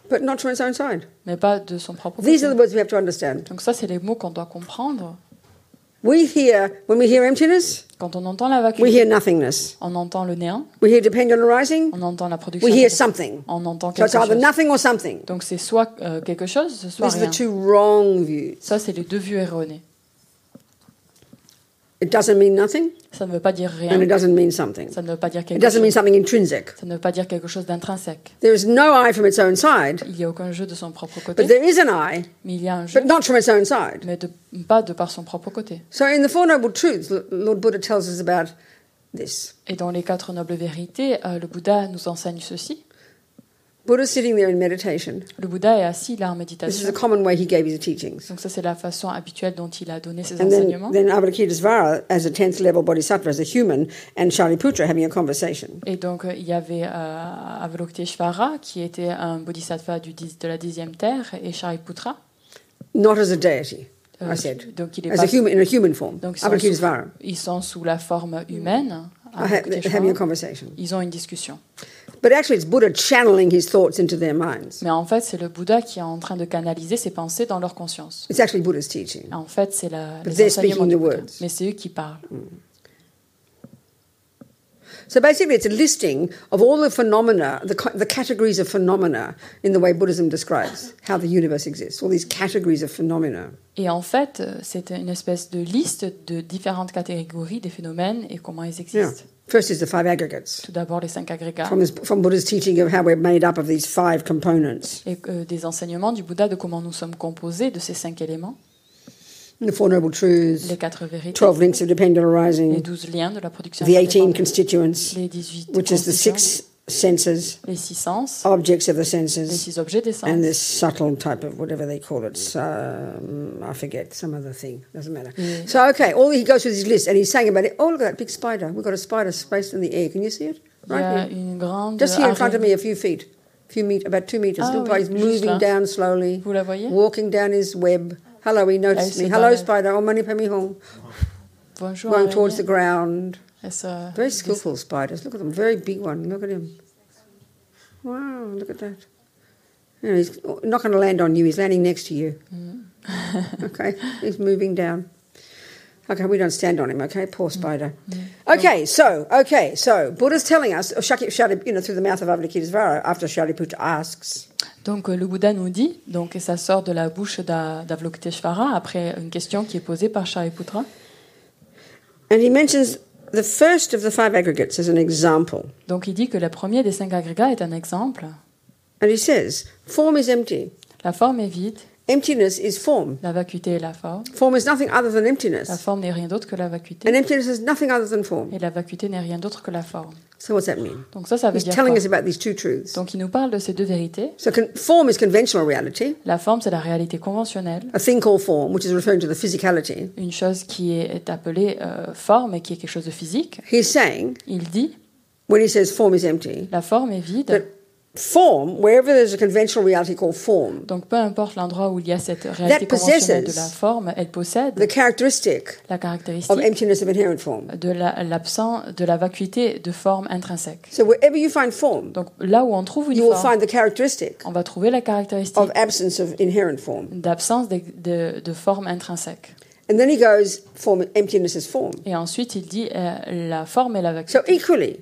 A: but not from its own side.
B: mais pas de son propre
A: These
B: côté.
A: are the words we have to understand.
B: Donc ça, c'est les mots qu'on doit comprendre.
A: We hear, when we hear emptiness,
B: Quand on entend la
A: we
B: vacuité,
A: hear nothingness.
B: on entend le néant,
A: We hear dependent arising,
B: on entend la production,
A: we hear something.
B: on entend
A: So
B: quelque
A: it's either
B: chose.
A: nothing or something.
B: Donc c'est soit euh, quelque chose, soit
A: These are
B: rien.
A: the two wrong views.
B: Ça, c'est les deux vues erronées.
A: It doesn't mean nothing,
B: Ça ne veut pas dire
A: and it
B: rien,
A: doesn't mean something.
B: ça ne veut pas dire
A: It
B: quelque
A: doesn't mean
B: chose,
A: something intrinsic.
B: ça ne veut pas dire quelque chose d'intrinsèque.
A: There is no eye from its own side,
B: Il n'y a aucun jeu de son propre
A: but
B: côté,
A: there is an eye,
B: mais il y a un jeu,
A: but not from its own side.
B: mais de- pas de par son propre côté.
A: So in the Four Noble Truths, L- Lord Buddha tells us about this.
B: Et dans les quatre nobles vérités, euh, le Bouddha nous enseigne ceci.
A: Buddha's sitting there in meditation.
B: Le Bouddha est assis là en
A: This is
B: méditation.
A: the common way he gave his teachings.
B: Donc ça, c'est la façon habituelle dont il a donné ses
A: And
B: enseignements.
A: then, then Avalokitesvara, as a 10th level bodhisattva, as a human, and Shariputra having a conversation.
B: Et donc, euh, il y avait euh, Avalokiteshvara, qui était un bodhisattva du dix- de la dixième terre, et Shariputra.
A: Not as a deity,
B: euh,
A: I said.
B: donc, il est
A: As a
B: pas-
A: human, in a human form.
B: Donc, ils sont,
A: Avalokitesvara.
B: sous, ils sont sous la forme humaine.
A: I ha-
B: Avalokiteshvara.
A: having a eh, conversation.
B: Ils ont une discussion.
A: But actually, it's Buddha channeling his thoughts into their minds.
B: Mais en fait, c'est le Bouddha qui est en train de canaliser ses pensées dans leur conscience.
A: It's actually Buddha's teaching.
B: En fait, c'est la,
A: But
B: les
A: they're
B: enseignements
A: speaking
B: du
A: the
B: Bouddha.
A: words.
B: Mais c'est eux qui parlent.
A: So basically, it's a listing of all the phenomena, the, co- the categories of phenomena in the way Buddhism describes how the universe exists, all these categories of phenomena.
B: Et en fait, euh, c'est une espèce de liste de différentes catégories des phénomènes et comment ils existent.
A: Yeah. First is the five aggregates
B: Tout d'abord, les cinq agrégats.
A: from, this, from Buddha's teaching of how we're made up of these five components.
B: et euh, des enseignements du Bouddha de comment nous sommes composés de ces cinq éléments,
A: The Four Noble Truths,
B: les quatre vérités,
A: 12 links of dependent
B: les
A: arising,
B: douze liens de la production,
A: the 18
B: indépendante,
A: constituents,
B: les 18
A: which is the
B: constituants,
A: six senses,
B: les six sens,
A: objects of the
B: les
A: senses,
B: six objets des sens,
A: and this subtle type of whatever they call it. Um, I forget, some other thing, doesn't matter. So, okay, all he goes through this list and he's saying about it. Oh, look at that big spider. We've got a spider spaced in the air. Can you see it?
B: Il y
A: Right
B: a
A: here.
B: une grande
A: Just here in front of
B: araignée.
A: me, a few feet. A few meet, about two meters.
B: Ah,
A: Little boy, Oh,
B: oui,
A: he's
B: juste
A: moving
B: là.
A: down slowly,
B: Vous la voyez
A: walking down his web. Hello, he noticed me.
B: Elle se
A: Hello,
B: balade.
A: spider. Oh, mani padme hum.
B: Bonjour.
A: Going towards the
B: araignée.
A: ground.
B: Elle se-
A: Very skillful spiders. Look at them. Very big one. Look at him. Wow, look at that. You know, he's not going to land on you. He's landing next to you. okay, he's moving down. Okay, we don't stand on him. Okay, poor spider. Okay, so okay, so Buddha's telling us, or Shaki, Shari, you know, through the mouth of Avalokitesvara, after Shariputra asks,
B: Donc euh, le Bouddha nous dit, donc, et ça sort de la bouche d'A- d'Avalokiteshvara après une question qui est posée par Shariputra.
A: and he mentions the first of the five aggregates as an example,
B: Donc il dit que le premier des cinq agrégats est un exemple.
A: and he says, "Form is empty.
B: La forme est vide,
A: Emptiness is form.
B: la vacuité est la forme,
A: Form is nothing other than emptiness."
B: la forme n'est rien d'autre que la vacuité.
A: And emptiness is nothing other than form.
B: Et la vacuité n'est rien d'autre que la forme.
A: So what's that mean?
B: Donc ça, ça veut
A: He's
B: dire
A: telling
B: quoi
A: us about these two truths.
B: Donc il nous parle de ces deux vérités.
A: So con- form is conventional reality,
B: La forme, c'est la réalité conventionnelle,
A: a thing called form, which is referring to the physicality.
B: une chose qui est appelée euh, forme et qui est quelque chose de physique.
A: He's saying,
B: Il dit,
A: when he says form is empty,
B: la forme est vide,
A: that form, wherever there's a conventional reality called form,
B: Donc peu importe l'endroit où il y a cette réalité conventionnelle de la forme, elle
A: the
B: possède
A: characteristic
B: la
A: of
B: caractéristique
A: emptiness of inherent form.
B: de la- l'absent de la vacuité de forme intrinsèque.
A: So wherever you find form,
B: Donc là où on trouve une
A: you will
B: forme,
A: find the characteristic
B: on va trouver la caractéristique
A: of absence of inherent form.
B: d'absence de, de- de forme intrinsèque.
A: And then he goes, form emptiness is form.
B: Et ensuite, il dit euh, la forme et la vacuité.
A: So equally,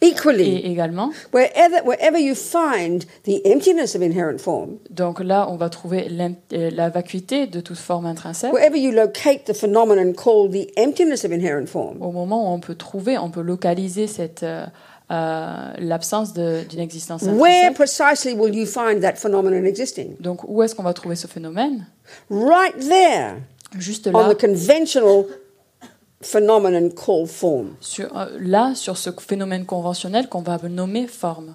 A: equally,
B: Et également,
A: wherever, wherever you find the emptiness of inherent form,
B: donc là, on va trouver l'im- euh, la vacuité de toute forme intrinsèque.
A: wherever you locate the phenomenon called the emptiness of inherent form,
B: Au moment où on peut trouver, on peut localiser cette euh, euh, l'absence de- d'une existence
A: where
B: intrinsèque.
A: precisely will you find that phenomenon existing?
B: Donc où est-ce qu'on va trouver ce phénomène
A: Right there
B: Juste
A: on
B: là,
A: the conventional phenomenon called form.
B: sur, euh, là, sur ce phénomène conventionnel qu'on va nommer forme.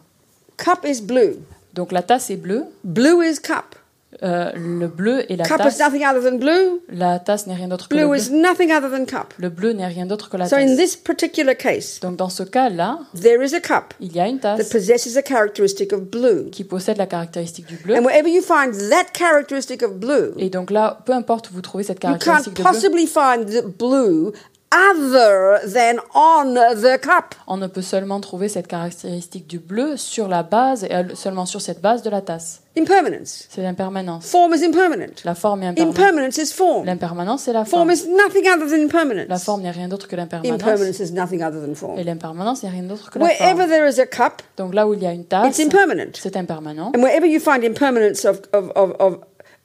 A: Cup is blue.
B: Donc la tasse est bleue,
A: Blue is cup.
B: euh, le bleu et la
A: Cup is
B: tasse.
A: nothing other than blue.
B: La tasse n'est rien d'autre que le
A: Blue
B: bleu.
A: is nothing other than cup.
B: Le bleu n'est rien d'autre que la
A: So in
B: tasse.
A: this particular case,
B: Donc dans ce cas-là,
A: there is a cup
B: il y a une
A: that
B: tasse
A: possesses a characteristic of blue.
B: qui possède la caractéristique du bleu.
A: And wherever you find that characteristic of blue,
B: Et donc là, peu importe où vous trouvez cette
A: you can't
B: caractéristique de bleu,
A: possibly find the blue other than on the cup.
B: on ne peut seulement trouver cette caractéristique du bleu sur la base et elle- seulement sur cette base de la tasse.
A: Impermanence.
B: C'est l'impermanence.
A: Form is impermanent.
B: La forme est impermanente.
A: Impermanence is form.
B: L'impermanence, c'est la
A: Form
B: forme.
A: is nothing other than
B: La
A: impermanence.
B: forme n'est rien d'autre que l'impermanence.
A: Impermanence is nothing other than
B: Et
A: form.
B: l'impermanence n'est rien d'autre que la
A: Wherever
B: forme.
A: there is a cup,
B: Donc là où il y a une
A: it's
B: tasse,
A: impermanent.
B: c'est impermanent.
A: And wherever you find impermanence of, of, of, of,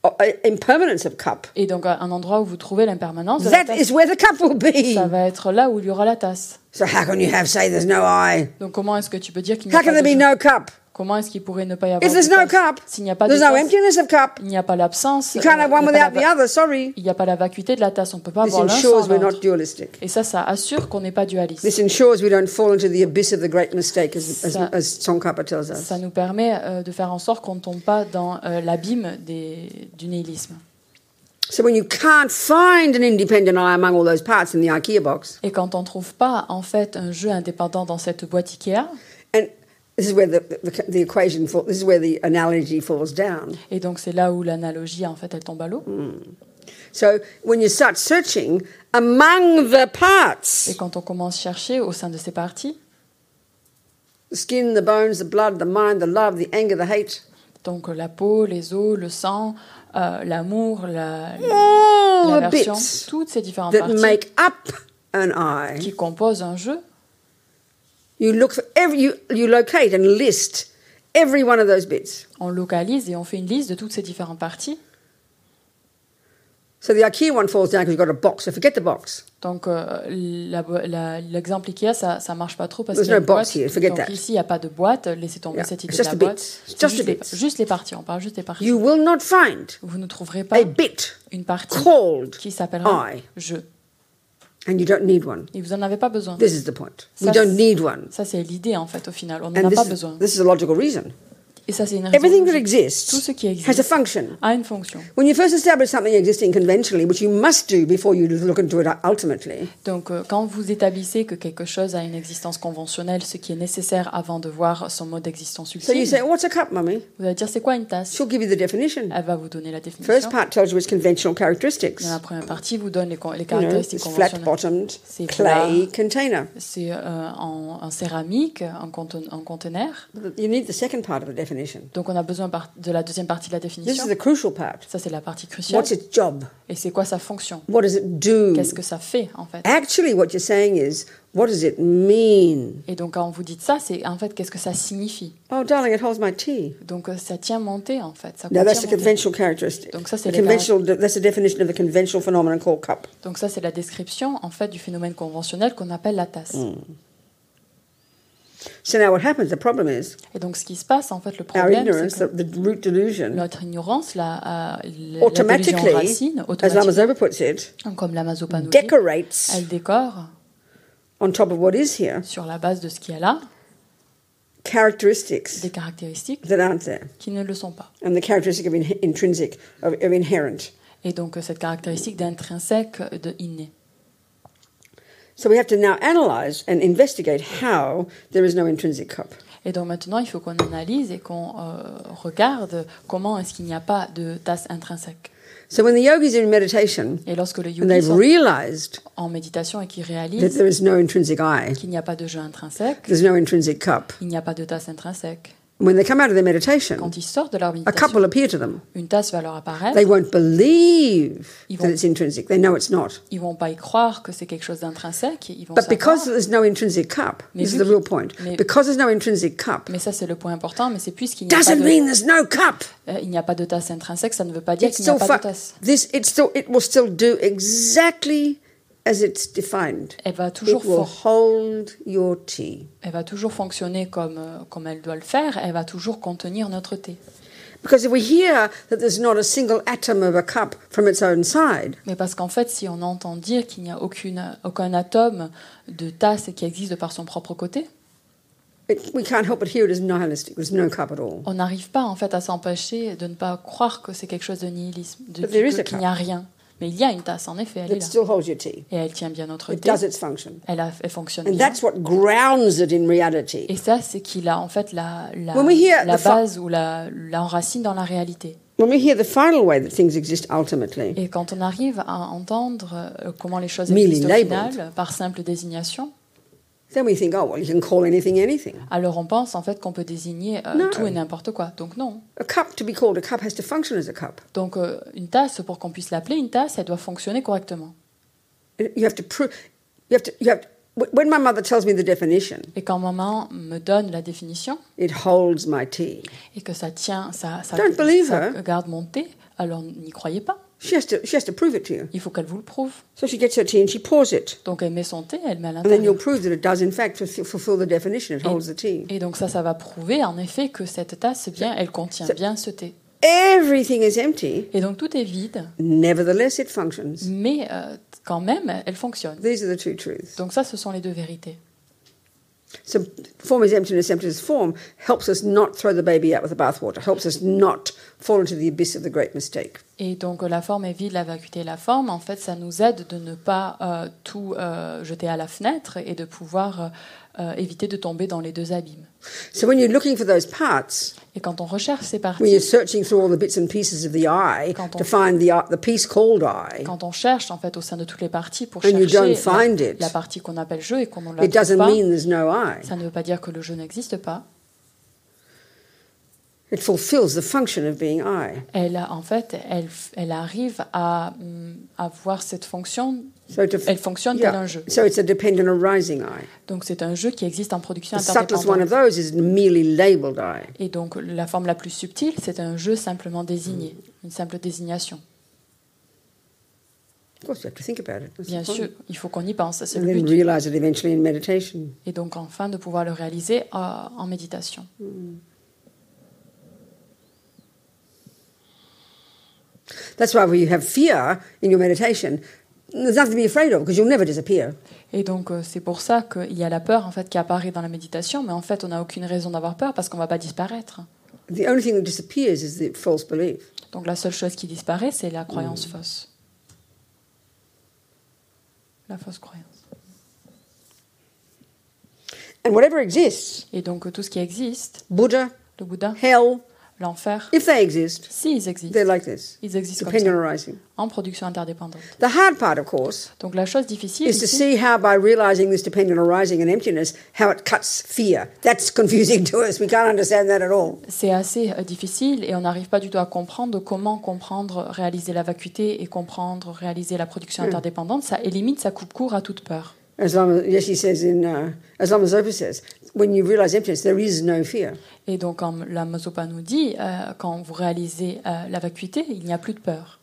A: of- uh, impermanence of cup,
B: Et donc à un endroit où vous trouvez l'impermanence, de
A: that
B: la tasse,
A: is where the cup will be.
B: ça va être là où il y aura la tasse.
A: So how can you have say there's no eye?
B: Donc comment est-ce que tu peux dire qu'il n'y
A: How
B: a
A: can
B: pas
A: there
B: de
A: be
B: jeu
A: no cup?
B: Comment est-ce qu'il pourrait ne pas y avoir
A: If there's
B: de
A: no
B: tasse
A: cup,
B: S'il n'y a pas de
A: there's no
B: tasse,
A: emptiness of cup.
B: il n'y a pas l'absence.
A: You can't
B: euh,
A: have one
B: il n'y a pas
A: without the
B: la-
A: other. Sorry.
B: il n'y a pas la vacuité de la tasse, on ne peut pas
A: This
B: avoir l'un sans
A: ensures we're not
B: l'autre.
A: dualistic.
B: Et ça, ça assure qu'on n'est pas dualiste.
A: This ensures we don't fall into the abyss of the great mistake, as, as,
B: Ça-
A: as Tsongkhapa tells us.
B: Ça nous permet euh, de faire en sorte qu'on ne tombe pas dans euh, l'abîme des- du nihilisme.
A: So when you can't find an independent eye among all those parts in the IKEA box,
B: Et quand on ne trouve pas en fait un jeu indépendant dans cette boîte Ikea,
A: and this is where the, the, the equation, fall, this is where the analogy falls down.
B: et donc c'est là où l'analogie en fait elle tombe à l'eau.
A: Mm. So when you start searching among the
B: Et
A: parts,
B: quand on commence à chercher au sein de ces parties,
A: the skin, the bones, the blood, the mind, the love, the anger, the hate,
B: donc euh, la peau, les os, le sang, euh, l'amour, la,
A: all the
B: l'aversion,
A: bits
B: toutes ces différentes
A: that
B: parties
A: make up an eye,
B: qui composent un jeu,
A: You look for every you, you locate and list every one of those bits.
B: on localise et on fait une liste de toutes ces différentes parties.
A: So the IKEA one falls down because you've got a box. So forget the box.
B: Donc euh, la bo- la- l'exemple Ikea, ça, ça marche pas trop parce
A: There's
B: qu'il y a
A: no
B: une boîte.
A: box here, forget
B: Donc
A: that.
B: ici, il n'y a pas de boîte. Laissez tomber
A: Yeah,
B: cette
A: it's
B: idée de
A: just
B: la
A: the bits.
B: boîte.
A: It's
B: C'est
A: just
B: juste,
A: the
B: les,
A: bits.
B: juste les parties. On parle juste des parties.
A: You will not find
B: Vous ne trouverez pas
A: a bit,
B: une partie
A: called
B: qui s'appellera
A: I.
B: je.
A: and you don't need one.
B: Et vous en avez pas besoin.
A: This is the point. We
B: Ça,
A: don't
B: c'est-
A: need one.
B: Ça, c'est l'idée en fait au final. On n'en a
A: And
B: pas
A: this
B: besoin.
A: is, this is a logical reason.
B: Et ça, c'est une raison.
A: Everything that
B: logique. Tout
A: exists
B: ce qui
A: has
B: existe
A: a function.
B: a une fonction.
A: When you first establish something existing conventionally, which you must do before you look into it ultimately,
B: Donc, euh, quand vous établissez que quelque chose a une existence conventionnelle, ce qui est nécessaire avant de voir son mode d'existence
A: so
B: ultime,
A: you say, What's a cup, mummy?
B: vous allez dire c'est quoi une tasse
A: She'll give you the definition.
B: Elle va vous donner la
A: First
B: définition.
A: part tells you its conventional characteristics.
B: Dans la première partie, vous donne les, con- les
A: You know,
B: caractéristiques
A: it's flat
B: conventionnelles.
A: bottomed
B: C'est
A: clay container.
B: C'est euh, en, en céramique, en, conten- en conteneur.
A: You need the second part of the definition.
B: Donc on a besoin par- de la deuxième partie de la
A: This
B: définition.
A: is the crucial part.
B: Ça, c'est la partie cruciale.
A: What's its job?
B: Et c'est quoi sa fonction
A: What does it do?
B: Qu'est-ce que ça fait, en fait
A: Actually, what you're saying is, what does it mean?
B: Et donc, quand vous dites ça, c'est en fait, qu'est-ce que ça signifie
A: Oh, darling, it holds my tea.
B: Donc, euh, ça tient monté, en fait. Ça
A: Now,
B: contient
A: that's the
B: mon thé.
A: conventional characteristic.
B: Donc ça,
A: The
B: c'est les
A: conventional, that's the definition of the conventional phenomenon called cup.
B: Donc, ça, c'est la description, en fait, du phénomène conventionnel qu'on appelle la tasse.
A: So now what happens, the problem is,
B: Et donc, ce qui se passe, en fait, le
A: our
B: problème,
A: ignorance,
B: c'est que
A: the, the root delusion,
B: notre ignorance, la, euh, la délusion en
A: automatically,
B: racine,
A: as
B: automatiquement,
A: Lama puts it,
B: comme la Mazopa nous dit,
A: decorates
B: elle décore
A: on top of what is here
B: sur la base de ce qu'il y a là,
A: characteristics
B: des caractéristiques
A: that aren't there.
B: qui ne le sont pas.
A: and the characteristic of in- intrinsic, of, of inherent.
B: Et donc euh, cette caractéristique d'intrinsèque, euh, de inné.
A: So we have to now analyze and investigate how there is no intrinsic cup.
B: Et donc maintenant, il faut qu'on analyse et qu'on euh, regarde comment est-ce qu'il n'y a pas de tasse intrinsèque.
A: So when the yogis are in meditation
B: Et lorsque le
A: and
B: yogi
A: they've
B: sont
A: realized
B: en méditation et qu'il
A: that
B: réalise
A: there is no intrinsic I,
B: qu'il n'y a pas de jeu intrinsèque,
A: there's no intrinsic cup,
B: il n'y a pas de tasse intrinsèque.
A: when they come out of their meditation,
B: Quand ils sortent de leur
A: a
B: méditation,
A: cup will appear to them.
B: une tasse va leur apparaître.
A: They won't believe
B: Ils
A: that
B: vont-
A: it's intrinsic. They know it's not.
B: Ils vont pas y croire que c'est quelque chose d'intrinsèque. Ils vont
A: But
B: savoir.
A: because there's no intrinsic cup,
B: Mais
A: this is
B: vu
A: the
B: qu'il-
A: real point.
B: mais-
A: Because there's no intrinsic cup,
B: Mais ça, c'est le point important. Mais c'est puisqu'il n'y a, pas
A: doesn't
B: de,
A: mean there's no cup.
B: euh, il n'y a pas de tasse intrinsèque, ça ne veut pas dire
A: It's
B: qu'il n'y a
A: still
B: pas de
A: fu-
B: tasse.
A: this. It's still. It will still do exactly as it's defined.
B: Elle va
A: It
B: toujours
A: will
B: fon-
A: hold your tea
B: elle va toujours fonctionner comme, euh, comme elle doit le faire. Elle va toujours contenir notre thé.
A: because if we hear that there's not a single atom of a cup from its own side,
B: Mais parce qu'en fait, si on entend dire qu'il n'y a aucune, aucun atome de tasse qui existe de par son propre côté,
A: it, we can't help but hear it as nihilistic. There's no cup at all.
B: on n'arrive pas en fait à s'empêcher de ne pas croire que c'est quelque chose de nihilisme, de
A: But there is
B: que-
A: a
B: qu'il n'y a rien. Mais il y a une tasse, en effet, elle est
A: It
B: là.
A: still holds your tea.
B: Et elle tient bien notre
A: It
B: thé.
A: does its function,
B: Elle, a- elle fonctionne
A: and
B: bien.
A: that's what grounds it in reality.
B: Et ça, c'est qu'il a en fait la, la,
A: When we hear
B: la
A: the fa-
B: base ou la, la enracine dans la réalité.
A: When we hear the final way that things exist ultimately,
B: Et quand on arrive à entendre euh, comment les choses
A: Merely
B: existent au
A: labeled.
B: final, par simple désignation,
A: then we think, oh well, you can call anything anything.
B: alors on pense en fait qu'on peut désigner euh,
A: Non.
B: tout et n'importe quoi. Donc non.
A: A cup to be called a cup has to function as a cup.
B: Donc euh, une tasse, pour qu'on puisse l'appeler une tasse, elle doit fonctionner correctement.
A: You have to prove. You have to. You have. To, when my mother tells me the definition,
B: Et quand maman me donne la définition
A: it holds my tea.
B: et que ça tient, ça, ça,
A: Don't believe
B: ça
A: her.
B: garde mon thé, alors n'y croyez pas.
A: She has to. She has to prove it to you.
B: Il faut qu'elle vous le prouve.
A: So she gets her tea and she pours it,
B: Donc elle met son thé, elle met à
A: and then
B: l'intérieur.
A: you'll prove that it does in fact fulfill, fulfill the definition. It holds the tea.
B: Et donc ça, ça va prouver en effet que cette tasse, eh bien, elle contient
A: C'est-
B: bien ce thé.
A: Everything is empty.
B: Et donc tout est vide,
A: Nevertheless, it functions.
B: mais euh, quand même, elle fonctionne.
A: These are the two truths.
B: Donc ça, ce sont les deux vérités.
A: So, form is emptiness, emptiness is form helps us not throw the baby out with the bathwater. Helps us not fall into the abyss of the great mistake.
B: Et donc euh, la forme est vide, la vacuité est la forme. En fait, ça nous aide de ne pas euh, tout euh, jeter à la fenêtre et de pouvoir euh, euh, éviter de tomber dans les deux abîmes.
A: So, when you're looking for those parts,
B: Et quand on recherche ces
A: when you're
B: parties,
A: searching through all the bits and pieces of the eye
B: Quand on-
A: to find the eye- the piece called eye,
B: quand on cherche en fait au sein de toutes les parties pour
A: And you don't
B: chercher
A: find
B: la,
A: it.
B: la partie qu'on appelle jeu et qu'on ne la
A: it
B: trouve
A: doesn't
B: pas,
A: mean there's no eye.
B: ça ne veut pas dire que le jeu n'existe pas.
A: It fulfills the function of being I.
B: Elle a- en fait, elle, f- elle arrive à hum, avoir cette fonction.
A: So to
B: Elle fonctionne
A: yeah.
B: tel un jeu.
A: So it's a dependent arising I.
B: Donc c'est un jeu qui existe en production
A: The subtlest one
B: interdépendante.
A: of those is merely labelled I.
B: Et donc la forme la plus subtile, c'est un jeu simplement désigné,
A: Hmm.
B: une simple désignation.
A: Of course, you have to think about it. That's
B: Bien
A: the point.
B: sûr, il faut qu'on y pense, c'est
A: And
B: le
A: then
B: but.
A: realize it eventually in meditation.
B: Et donc enfin de pouvoir le réaliser euh, en méditation.
A: That's why when you have fear in your meditation, there's nothing to be afraid of because you'll never disappear.
B: Et donc euh, c'est pour ça qu'il y a la peur en fait qui apparaît dans la méditation, mais en fait on n'a aucune raison d'avoir peur parce qu'on ne va pas disparaître.
A: The only thing that disappears is the false belief.
B: Donc la seule chose qui disparaît, c'est la croyance fausse. La fausse croyance.
A: And whatever exists,
B: Et donc euh, tout ce qui existe,
A: Buddha,
B: le Bouddha,
A: hell,
B: l'enfer,
A: if they exist,
B: s'ils existent,
A: they're like this
B: ils existent comme ça,
A: dependent arising.
B: en production interdépendante.
A: The hard part, of course,
B: Donc la chose difficile,
A: is to
B: ici,
A: see how by realizing this dependent arising and emptiness, how it cuts fear. That's confusing to us. We can't understand that at all.
B: c'est assez euh, difficile et on n'arrive pas du tout à comprendre comment comprendre, réaliser la vacuité et comprendre, réaliser la production interdépendante. Ça élimine, ça coupe court à toute peur.
A: As long as, yes, he says in, uh, as long as Zopa says, when you realize emptiness, there is no fear.
B: Et donc, comme la Mazopa nous dit, euh, quand vous réalisez euh, la vacuité, il n'y a plus de peur.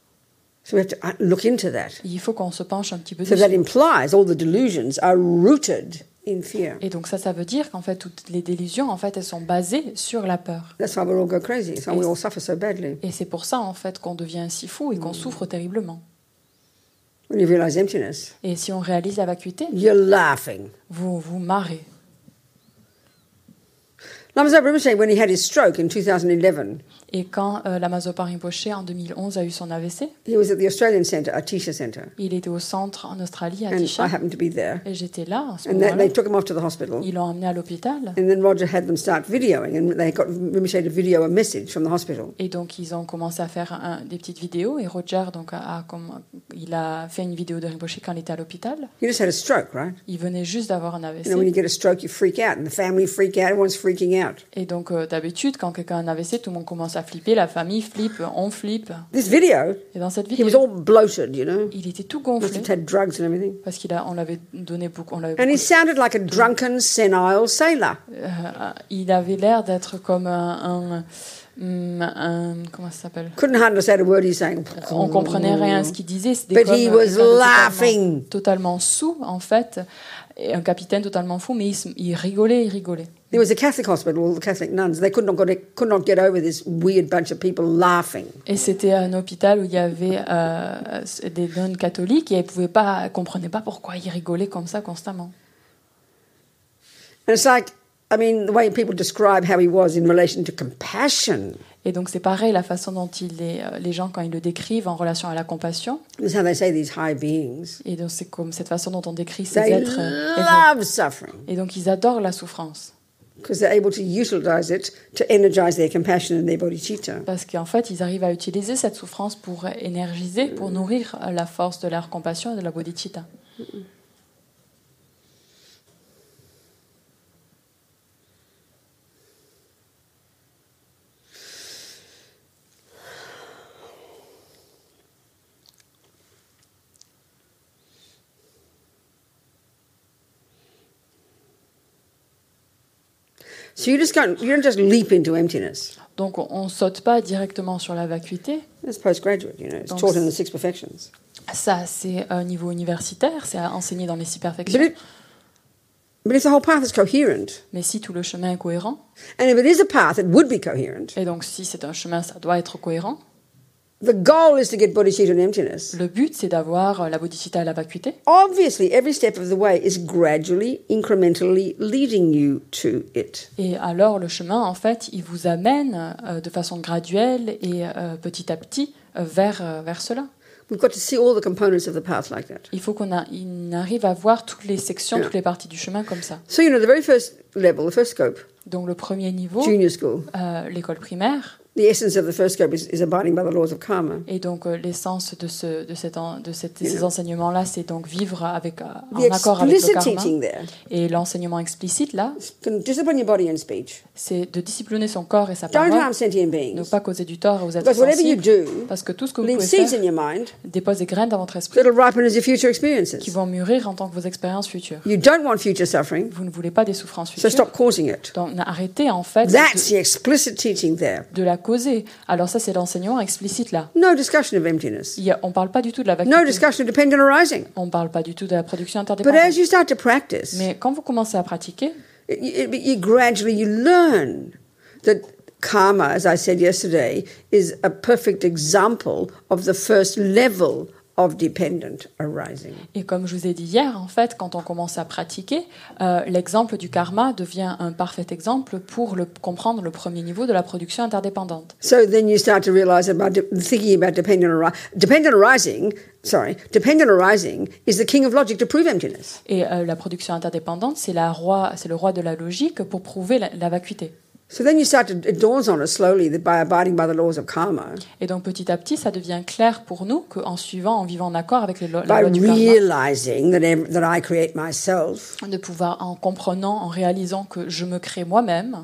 A: So we have to uh, look into that.
B: Et il faut qu'on se penche un petit peu
A: So that
B: dessus.
A: implies all the delusions are rooted in fear.
B: Et donc ça, ça veut dire qu'en fait, toutes les délusions, en fait, elles sont basées sur la peur.
A: That's why we all go crazy. That's why we all suffer so badly.
B: Et c'est pour ça, en fait, qu'on devient si fou et qu'on souffre terriblement.
A: When you realize emptiness,
B: Et si on réalise la vacuité,
A: you're laughing.
B: vous vous marrez.
A: Lama Zopa Rinpoche, when he had his stroke in 2011,
B: Et quand euh, Lama Zopa Rinpoche, en 2011, a eu son AVC,
A: he was at the Australian Centre, Atisha Centre,
B: il était au centre en Australie, à
A: and I
B: Tisha,
A: happened to be there.
B: et j'étais là à ce
A: And they,
B: moment-là.
A: they took him off to the hospital.
B: Ils l'ont emmené à l'hôpital,
A: And then Roger had them start videoing, and they got Rinpoche to video a message from the hospital.
B: et donc ils ont commencé à faire un- des petites vidéos, et Roger, donc, a, a comm- il a fait une vidéo de Rinpoche quand il était à l'hôpital.
A: He just had a stroke, right?
B: Il venait juste d'avoir un AVC.
A: You know, when you get a stroke, you freak out, and the family freak out. Everyone's freaking out.
B: Et donc, euh, d'habitude, quand quelqu'un a un AVC, tout le monde commence à flipper, la famille flippe, on flippe.
A: This video,
B: Et dans cette
A: he was
B: vidéo,
A: all bloated, you know.
B: il était tout
A: Must
B: gonflé
A: have had drugs and everything.
B: parce qu'il a, on l'avait donné beaucoup. On l'avait
A: And he
B: beaucoup-
A: sounded like a drunken, senile sailor.
B: euh, il avait l'air d'être comme un, un- hum, un- comment ça s'appelle
A: Couldn't hardly say the word he's saying.
B: On comprenait rien à ce qu'il disait. C'était
A: But
B: comme
A: he
B: euh,
A: was
B: quelqu'un de totalement,
A: laughing.
B: totalement sous en fait, et un capitaine totalement fou, mais il, se- il rigolait, il rigolait.
A: There was a Catholic hospital, all the Catholic nuns. They could not, got, could not get over this weird bunch of people laughing.
B: Et c'était un hôpital où il y avait euh, des nonnes catholiques et elles pouvaient pas, elles comprenaient pas pourquoi ils rigolaient comme ça constamment.
A: And it's like, I mean, the way people describe how he was in relation to compassion
B: Et donc c'est pareil, la façon dont il est, euh, les gens, quand ils le décrivent en relation à la compassion,
A: is how they say these high beings.
B: et donc c'est comme cette façon dont on décrit ces
A: They
B: êtres. euh, élevés.
A: love suffering
B: Et donc ils adorent la souffrance,
A: because they're able to utilize it to energize their compassion and their bodhicitta.
B: parce qu'en fait ils arrivent à utiliser cette souffrance pour énergiser, pour nourrir euh, la force de leur compassion et de la bodhicitta.
A: So you just can't, you don't just leap into emptiness.
B: Donc on- on saute pas directement sur la vacuité,
A: That's postgraduate, you know, it's
B: Thanks.
A: taught in the Six Perfections.
B: ça c'est au niveau universitaire, c'est enseigné dans les six
A: But,
B: perfections.
A: it, but if the whole path is coherent,
B: Mais si tout le chemin est cohérent,
A: and if it is a path, it would be coherent.
B: et donc si c'est un chemin, ça doit être cohérent.
A: The goal is to get bodhicitta and emptiness.
B: Le but c'est d'avoir euh, la bodhicitta et la vacuité.
A: Obviously, every step of the way is gradually, incrementally leading you to it.
B: Et alors le chemin, en fait, il vous amène euh, de façon graduelle et euh, petit à petit euh, vers, euh, vers cela.
A: We've got to see all the components of the path like that.
B: Il faut qu'on a- il arrive à voir toutes les sections,
A: Yeah.
B: toutes les parties du chemin comme ça.
A: So, you know, the very first level, the first scope,
B: Donc le premier niveau,
A: junior school,
B: euh, l'école primaire,
A: the essence of the first scope is, is abiding by the laws of karma.
B: et donc euh, l'essence de, ce, de, cet en- de cette- de ces
A: Yeah.
B: enseignements-là, c'est donc vivre avec, euh, en
A: The
B: accord avec le
A: explicit
B: karma.
A: teaching there
B: Et l'enseignement explicite, là,
A: is to discipline your body and speech.
B: c'est de discipliner son corps et sa
A: Don't
B: parole,
A: harm sentient
B: ne
A: beings.
B: pas causer du tort aux êtres
A: Because whatever you
B: sensibles,
A: do,
B: parce que tout ce que vous
A: leave
B: pouvez
A: seeds
B: faire
A: in your mind
B: dépose des graines dans votre esprit.
A: that'll ripen as your future
B: qui
A: experiences.
B: vont mûrir en tant que vos expériences futures.
A: You don't want future suffering,
B: Vous ne voulez pas des souffrances
A: so
B: futures.
A: stop causing it.
B: Donc arrêtez en fait
A: That's
B: de,
A: the explicit teaching there.
B: de la causer. Alors ça c'est l'enseignement explicite là.
A: No discussion of emptiness.
B: Il y a- on ne parle pas du tout de la
A: No
B: vacuité.
A: discussion of dependent arising.
B: on ne parle pas du tout de la production
A: But as
B: interdépendante.
A: you start to practice,
B: Mais quand vous commencez à pratiquer,
A: it- it- you gradually you learn that karma, as I said yesterday, is a perfect example of the first level of dependent arising.
B: et comme je vous ai dit hier, en fait, quand on commence à pratiquer, euh, l'exemple du karma devient un parfait exemple pour le, comprendre le premier niveau de la production interdépendante.
A: So then you start to realize about de- thinking about dependent arising. Dependent arising, sorry, dependent arising is the king of logic to prove emptiness.
B: Et euh, la production interdépendante, c'est la roi- c'est le roi de la logique pour prouver la- la vacuité.
A: So then you start to, it dawns on us slowly that by abiding by the laws of karma,
B: Et donc petit à petit, ça devient clair pour nous qu'en suivant, en vivant en accord avec les lo-
A: by
B: la loi du karma,
A: realizing that, ev- that I create myself,
B: de pouvoir, en comprenant, en réalisant que je me crée moi-même,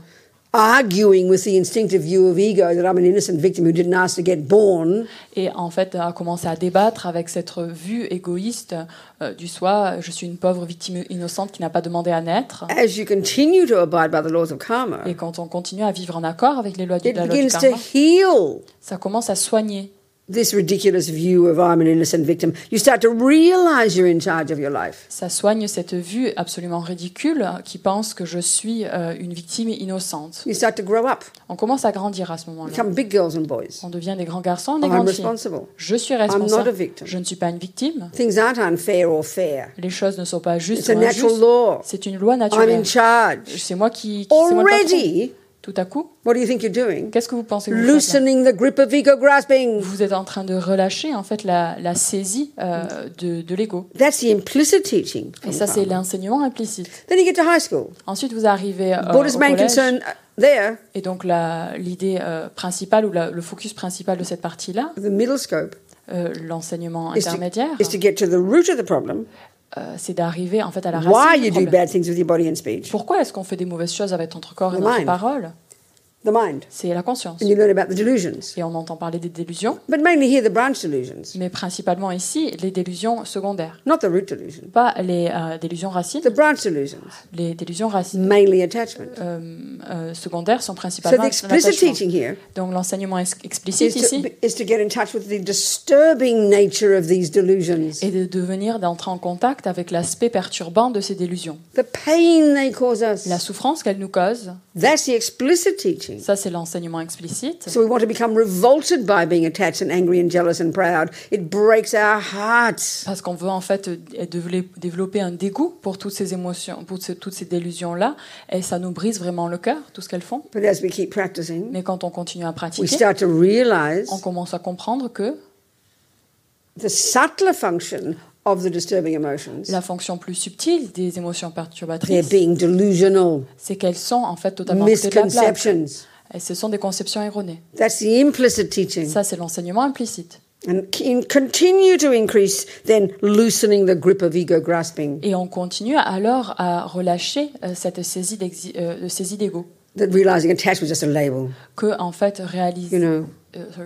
A: arguing with the instinctive view of ego that I'm an innocent victim who didn't ask to get born,
B: et en fait à commencer à débattre avec cette vue égoïste euh, du soi, je suis une pauvre victime innocente qui n'a pas demandé à naître.
A: as you continue to abide by the laws of
B: Et
A: karma,
B: quand on continue à vivre en accord avec les lois du,
A: it
B: la loi du
A: begins to
B: karma,
A: heal
B: ça commence à soigner.
A: this ridiculous view of I'm an innocent victim. You start to realize you're in charge of your life.
B: Ça soigne cette vue absolument ridicule qui pense que je suis euh, une victime innocente.
A: You start to grow up,
B: On commence à grandir à ce moment-là.
A: become big girls and boys.
B: On devient des grands garçons, des
A: I'm
B: grandes filles.
A: responsible.
B: Je suis
A: I'm not a
B: responsable.
A: victim.
B: Je ne suis pas une victime.
A: Things aren't unfair or fair.
B: Les choses ne sont pas justes
A: It's a
B: ou
A: natural
B: injustes.
A: law.
B: C'est une loi
A: I'm
B: naturelle.
A: in charge.
B: C'est moi qui, qui c'est moi le patron.
A: Already,
B: Tout à coup,
A: What do you think you're doing?
B: qu'est-ce que vous pensez que vous faites là
A: Loosening the grip of ego grasping.
B: Vous êtes en train de relâcher en fait la, la saisie euh, de, de l'ego.
A: That's the implicit teaching.
B: Et ça, c'est l'enseignement implicite.
A: Then you get to high school.
B: Ensuite, vous arrivez euh, au
A: Buddha's main
B: collège.
A: concern uh, there,
B: Et donc la- l'idée euh, principale ou la- le focus principal de cette partie-là,
A: the middle scope,
B: euh, l'enseignement
A: Is to-
B: intermédiaire,
A: is to get to the root of the problem.
B: euh, c'est d'arriver en fait à la
A: Why
B: racine du
A: you do
B: problème.
A: bad things with your body and speech.
B: Pourquoi est-ce qu'on fait des mauvaises choses avec notre corps et
A: The
B: notre
A: mind.
B: parole
A: The mind.
B: C'est la conscience.
A: And you learn about the delusions.
B: Et on entend parler des délusions,
A: But mainly here, the branch delusions,
B: mais principalement ici, les délusions secondaires.
A: not the root delusion.
B: Pas les euh, délusions racines.
A: The branch delusions,
B: Les délusions racines
A: mainly attachment.
B: euh, euh, secondaires sont
A: So
B: principalement
A: the explicit
B: l'attachement.
A: teaching here
B: Donc l'enseignement ex-
A: is
B: explicite ici
A: to, is to get in touch with the disturbing nature of these delusions,
B: est de devenir, d'entrer en contact avec l'aspect perturbant de ces délusions.
A: the pain they cause us.
B: La souffrance qu'elles nous causent,
A: That's the explicit teaching.
B: ça c'est l'enseignement explicite.
A: So we want to become revolted by being attached and angry and jealous and proud. It breaks our hearts.
B: Parce qu'on veut en fait euh, développer- développer un dégoût pour toutes ces émotions, pour ce- toutes ces délusions-là, et ça nous brise vraiment le cœur, tout ce qu'elles font.
A: But as we keep practicing,
B: Mais quand on continue à
A: we
B: pratiquer,
A: start to realize
B: on commence à comprendre que
A: the subtler function of the disturbing emotions.
B: la fonction plus subtile des émotions
A: They're
B: perturbatrices,
A: being delusional,
B: c'est qu'elles sont en fait totalement à côté de la plaque.
A: misconceptions.
B: Et ce sont des conceptions erronées.
A: That's the implicit teaching.
B: Ça, c'est l'enseignement implicite.
A: And can continue to increase, then loosening the grip of ego grasping
B: Et on continue alors à relâcher euh, cette saisie d'exi- euh, de saisie d'ego.
A: that realizing attachment is just a label.
B: Que, en fait, réaliser.
A: You know.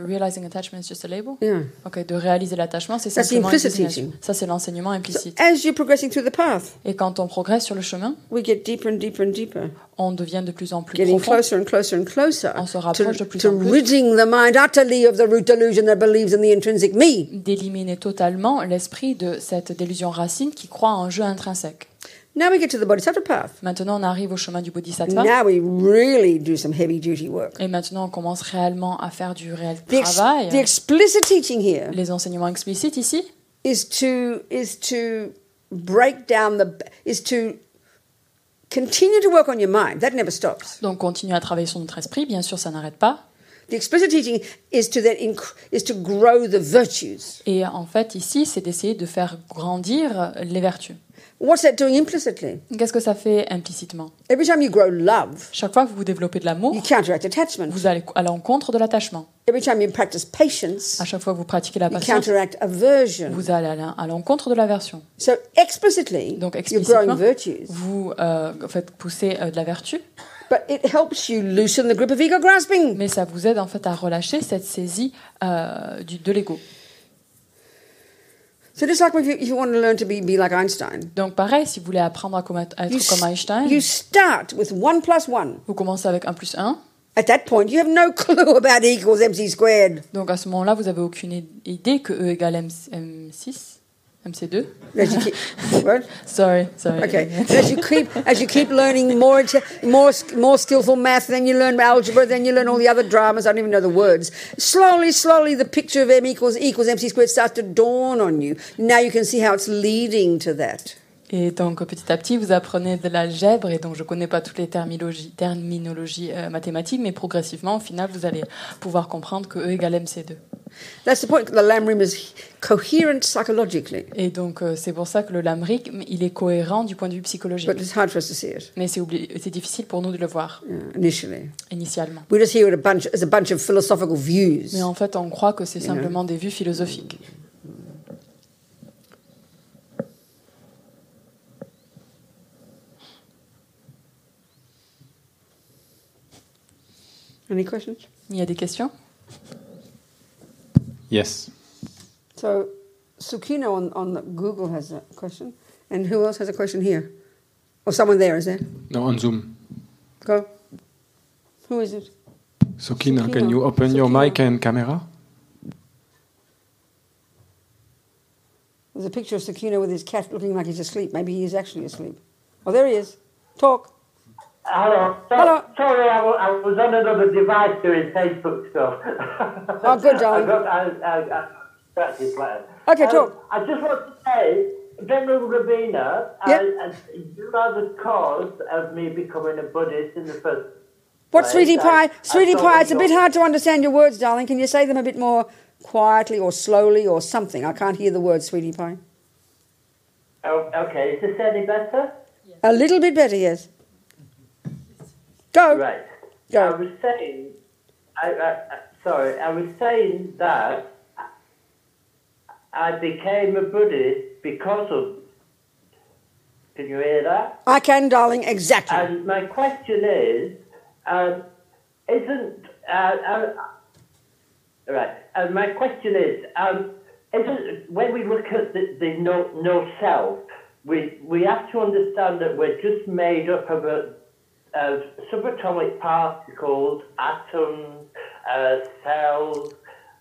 B: realizing attachment is just a label.
A: Yeah.
B: Ok, de réaliser l'attachement, c'est
A: That's
B: simplement une
A: implicit
B: désignation.
A: teaching.
B: Ça, c'est l'enseignement implicite.
A: As you're progressing through the path,
B: Et quand on progresse sur le chemin,
A: we get deeper and deeper and deeper.
B: on devient de plus en plus
A: getting
B: profond.
A: closer and closer and closer
B: On se
A: to,
B: rapproche de plus
A: to
B: en plus.
A: ridding the mind utterly of the root delusion that believes in the intrinsic me.
B: d'éliminer totalement l'esprit de cette délusion racine qui croit en un jeu intrinsèque.
A: Now we get to the bodhisattva path.
B: Maintenant, on arrive au chemin du bodhisattva.
A: Now we really do some heavy duty work.
B: Et maintenant, on commence réellement à faire du réel
A: The, ex-
B: travail.
A: the explicit teaching here
B: Les enseignements explicites ici,
A: is to is to break down the is to continue to work on your mind. That never stops.
B: donc continue à travailler sur notre esprit, bien sûr, ça n'arrête pas.
A: The explicit teaching is to then inc- is to grow the virtues.
B: Et en fait, ici, c'est d'essayer de faire grandir les vertus.
A: What's that doing implicitly?
B: Qu'est-ce que ça fait implicitement
A: Every time you grow love,
B: Chaque fois que vous développez de
A: you
B: l'amour,
A: counteract attachment.
B: vous allez à l'encontre de l'attachement.
A: Every time you practice patience,
B: À chaque fois que vous pratiquez la
A: you
B: patience,
A: counteract aversion.
B: vous allez à l'en- à l'encontre de l'aversion.
A: So explicitly,
B: Donc
A: you're growing
B: explicitement,
A: virtues,
B: vous euh, faites pousser euh, de la vertu,
A: but it helps you loosen the grip of ego grasping.
B: mais ça vous aide en fait à relâcher cette saisie euh, du, de l'ego.
A: So just like if you, if you want to learn to be, be like Einstein,
B: Donc pareil, si vous voulez apprendre à, comma- à
A: you,
B: être comme
A: s-
B: Einstein,
A: you start with one plus one.
B: vous commencez avec 1 plus 1.
A: At that point, you have no [LAUGHS] clue about E equals mc squared.
B: Donc à ce moment-là, vous n'avez aucune i- idée que E égale M- M6, MC2.
A: As you keep, [LAUGHS] what?
B: Sorry, sorry.
A: Okay. As you keep as you keep learning more inte- more sk- more skillful math, then you learn algebra, then you learn all the other dramas. I don't even know the words. Slowly, slowly, the picture of m equals E equals mc squared starts to dawn on you. Now you can see how it's leading to that.
B: Et donc petit à petit, vous apprenez de l'algèbre, et donc je ne connais pas toutes les terminologies, terminologies euh, mathématiques, mais progressivement, au final, vous allez pouvoir comprendre que E égale MC2.
A: That's the point. The lamrim is coherent psychologically,
B: Et donc euh, c'est pour ça que le lamric, il est cohérent du point de vue psychologique.
A: but it's hard for us to see it
B: Mais c'est obli- c'est difficile pour nous de le voir
A: yeah, initially.
B: initialement.
A: We just hear it a bunch as a bunch of philosophical views.
B: Mais en fait, on croit que c'est simplement des vues philosophiques.
A: Any questions?
B: Il y a des questions
C: Yes.
A: So, Sukino on, on the Google has a question, and who else has a question here? Or someone there is there?
C: No, on Zoom.
A: Go. Who is it?
C: Sukina,
A: Sukina.
C: can you open your
A: Sukina.
C: mic and camera?
A: There's a picture of Sakino with his cat looking like he's asleep. Maybe he is actually asleep. Oh, there he is. Talk.
D: Hello. So,
A: Hello.
D: Sorry, I wa- I was on another device doing Facebook stuff.
A: Oh, good, darling.
D: [LAUGHS] I got, I, I, I practice later.
A: Okay,
D: Um,
A: talk.
D: I just want to say, Venerable Rabina,
A: Yep.
D: I, I, you are the cause of me becoming a Buddhist in the first
A: What,
D: Right,
A: sweetie
D: I-
A: pie?
D: I
A: Sweetie
D: saw
A: pie,
D: what
A: it's a bit
D: you're-
A: hard to understand your words, darling. Can you say them a bit more quietly or slowly or something? I can't hear the word, sweetie pie.
D: Oh, okay. Is this any better?
A: A little bit better, yes. Go,
D: Right. I
A: go.
D: was saying, I, I, I- sorry, I was saying that I became a Buddhist because of. Can you hear that?
A: I can, darling, exactly.
D: And my question is, um, isn't uh, uh, right? And my question is, um, isn't when we look at the, the no no self, we we have to understand that we're just made up of a of subatomic particles, atoms, uh, cells,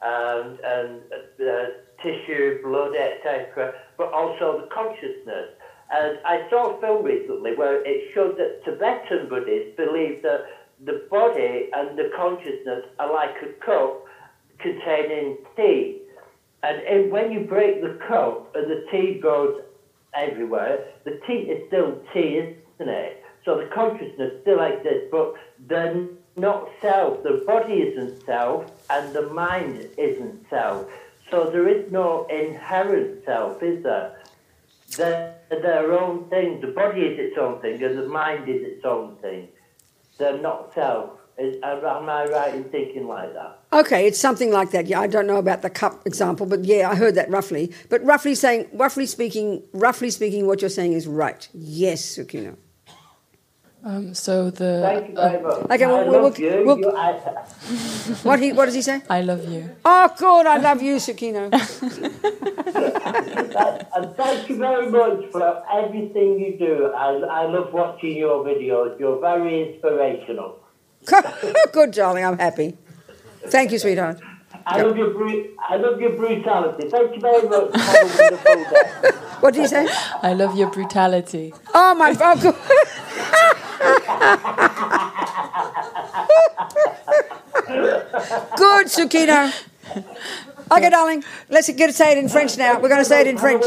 D: and, and uh, tissue, blood, etc., but also the consciousness. And I saw a film recently where it showed that Tibetan Buddhists believe that the body and the consciousness are like a cup containing tea. And in, when you break the cup and the tea goes everywhere, the tea is still tea, isn't it? So the consciousness still exists, but they're not self. The body isn't self, and the mind isn't self. So there is no inherent self, is there? They're their own thing. The body is its own thing, and the mind is its own thing. They're not self. Is, am I right in thinking like that?
A: Okay, it's something like that. Yeah, I don't know about the cup example, but yeah, I heard that roughly. But roughly saying, roughly speaking, roughly speaking, what you're saying is right. Yes, Sukino.
B: Um, so the uh,
D: Thank you very much.
A: Okay, well,
D: I
A: we'll-
D: love you.
A: we'll-
D: You- I-
A: What he? What does he say?
B: I love you.
A: Oh, God, I love you, Sukino. [LAUGHS]
D: And thank you very much for everything you do. I, I love watching your videos. You're very inspirational.
A: Good, darling. I'm happy. Thank you, sweetheart.
D: I love your bru- I love your brutality. Thank you very much. Have a
A: [LAUGHS]
D: wonderful day.
A: What do you say?
B: I love your brutality.
A: Oh my! Oh, good. [LAUGHS] good, Sukino. Okay, darling. Let's get to say it in French now. We're going to say it in French.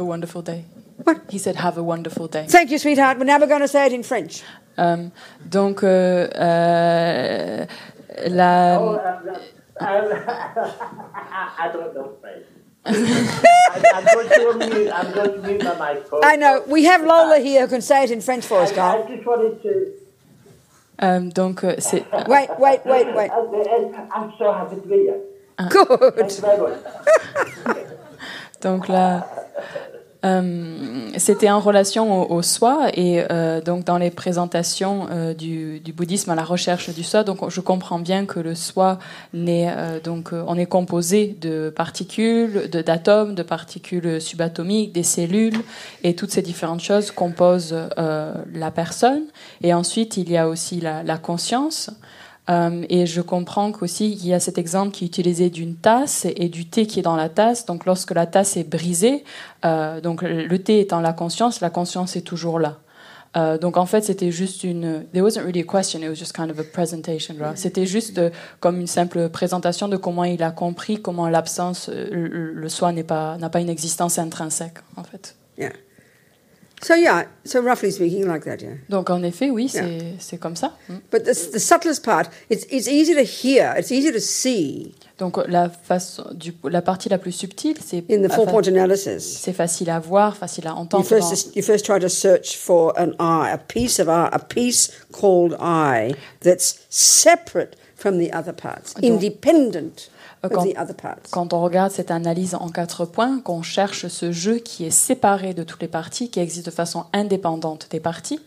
B: Have
D: a wonderful day.
B: a wonderful day.
A: What?
B: He said, have a wonderful day.
A: Thank you, sweetheart. We're never going to say it in French.
B: Um, donc, euh, euh, la...
D: Oh, um, um, [LAUGHS] I don't know. French. I- I'm going to unmute. I'm going to mute my microphone.
A: I know. We have Lola here who can say it in French for
D: I,
A: us, Carl.
D: I just wanted to.
B: euh, donc, euh, c'est...
A: Wait, wait, wait, wait.
D: I, I'm so happy to be here.
A: Good.
D: Thank you very much.
B: Donc là, euh, c'était en relation au, au soi et euh, donc dans les présentations euh, du, du bouddhisme à la recherche du soi. Donc je comprends bien que le soi n'est euh, donc euh, on est composé de particules, de d'atomes, de particules subatomiques, des cellules et toutes ces différentes choses composent euh, la personne. Et ensuite il y a aussi la, la conscience. Euh, et je comprends qu'aussi il y a cet exemple qui est utilisé d'une tasse et du thé qui est dans la tasse. Donc lorsque la tasse est brisée, euh, donc le thé étant la conscience, la conscience est toujours là. Euh, donc en fait c'était juste une there wasn't really a question it was just kind of a presentation right? c'était juste euh, comme une simple présentation de comment il a compris comment l'absence euh, le, le soi n'est pas n'a pas une existence intrinsèque en fait
A: Yeah. So yeah. So roughly speaking, like that. Yeah.
B: donc en effet oui c'est c'est comme ça Mm.
A: But the, the subtlest part, it's it's easy to hear. It's easy to see
B: donc la façon du la partie la plus subtile c'est
A: in the
B: la
A: four
B: fa-
A: point analysis.
B: c'est facile à voir, facile à
A: You
B: entendre. dans-
A: first, you first try to search for an eye, a piece of eye, a piece called eye that's separate from the other parts, independent of
B: euh, quand-
A: the other parts.
B: Quand on regarde cette analyse en quatre points, qu'on cherche ce jeu qui est séparé de toutes les parties, qui existe de façon indépendante des parties,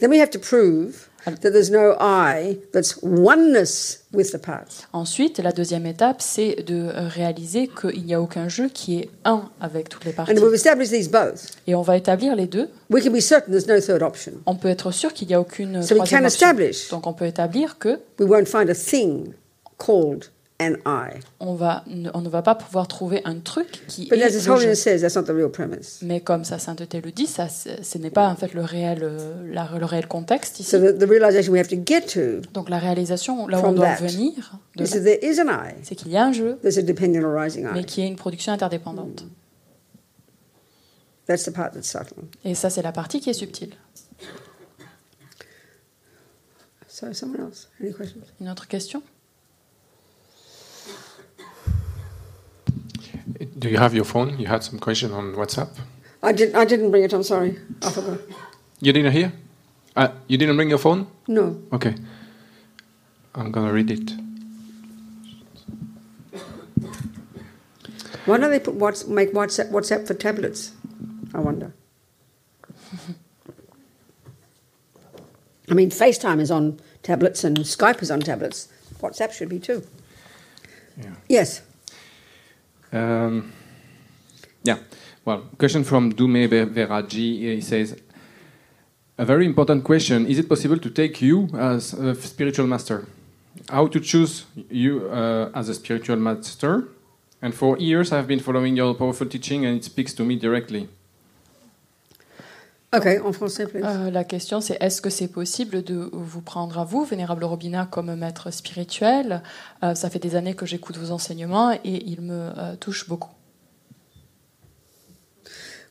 A: Then we have to prove that there's no eye that's oneness with the parts.
B: ensuite, la deuxième étape, c'est de réaliser qu'il n'y a aucun jeu qui est un avec toutes les parties.
A: And if we've established these both,
B: Et on va établir les deux.
A: we can be certain there's no third option.
B: On peut être sûr qu'il n'y a aucune
A: So we
B: troisième
A: can
B: option.
A: establish.
B: Donc on peut établir que
A: We won't find a thing called an eye.
B: on, va, on ne va pas pouvoir trouver un truc qui
A: But
B: est
A: as His
B: le jeu.
A: Holiness says, that's not the real premise.
B: Mais comme sa sainteté le dit, ça, c'est- ce n'est pas en fait le réel, euh, la- le réel contexte ici.
A: So the, the realization we have to get to
B: Donc la réalisation, là où
A: From
B: on doit
A: that.
B: venir, de
A: is
B: là,
A: that there is an eye.
B: c'est qu'il y a un jeu,
A: There's a dependent arising eye.
B: mais qui est une production interdépendante.
A: That's the part that's subtle.
B: Et ça, c'est la partie qui est subtile.
A: So someone else, any questions?
B: Une autre question
C: Do you have your phone? You had some question on WhatsApp.
A: I didn't. I didn't bring it. I'm sorry. I forgot.
C: You didn't hear? Uh, you didn't bring your phone?
A: No.
C: Okay. I'm gonna read it.
A: Why don't they put what's, make WhatsApp WhatsApp for tablets? I wonder. I mean, FaceTime is on tablets and Skype is on tablets. WhatsApp should be too.
C: Yeah.
A: Yes.
E: Um, yeah. Well, question from Dume Ver- Veraji. He says, a very important question. Is it possible to take you as a spiritual master? How to choose you uh, as a spiritual master? And for years, I've been following your powerful teaching, and it speaks to me directly.
A: Okay, en français, please.
B: Euh, La question, c'est est-ce que c'est possible de vous prendre à vous, Vénérable Robina, comme maître spirituel Euh, Ça fait des années que j'écoute vos enseignements et ils me euh, touchent beaucoup.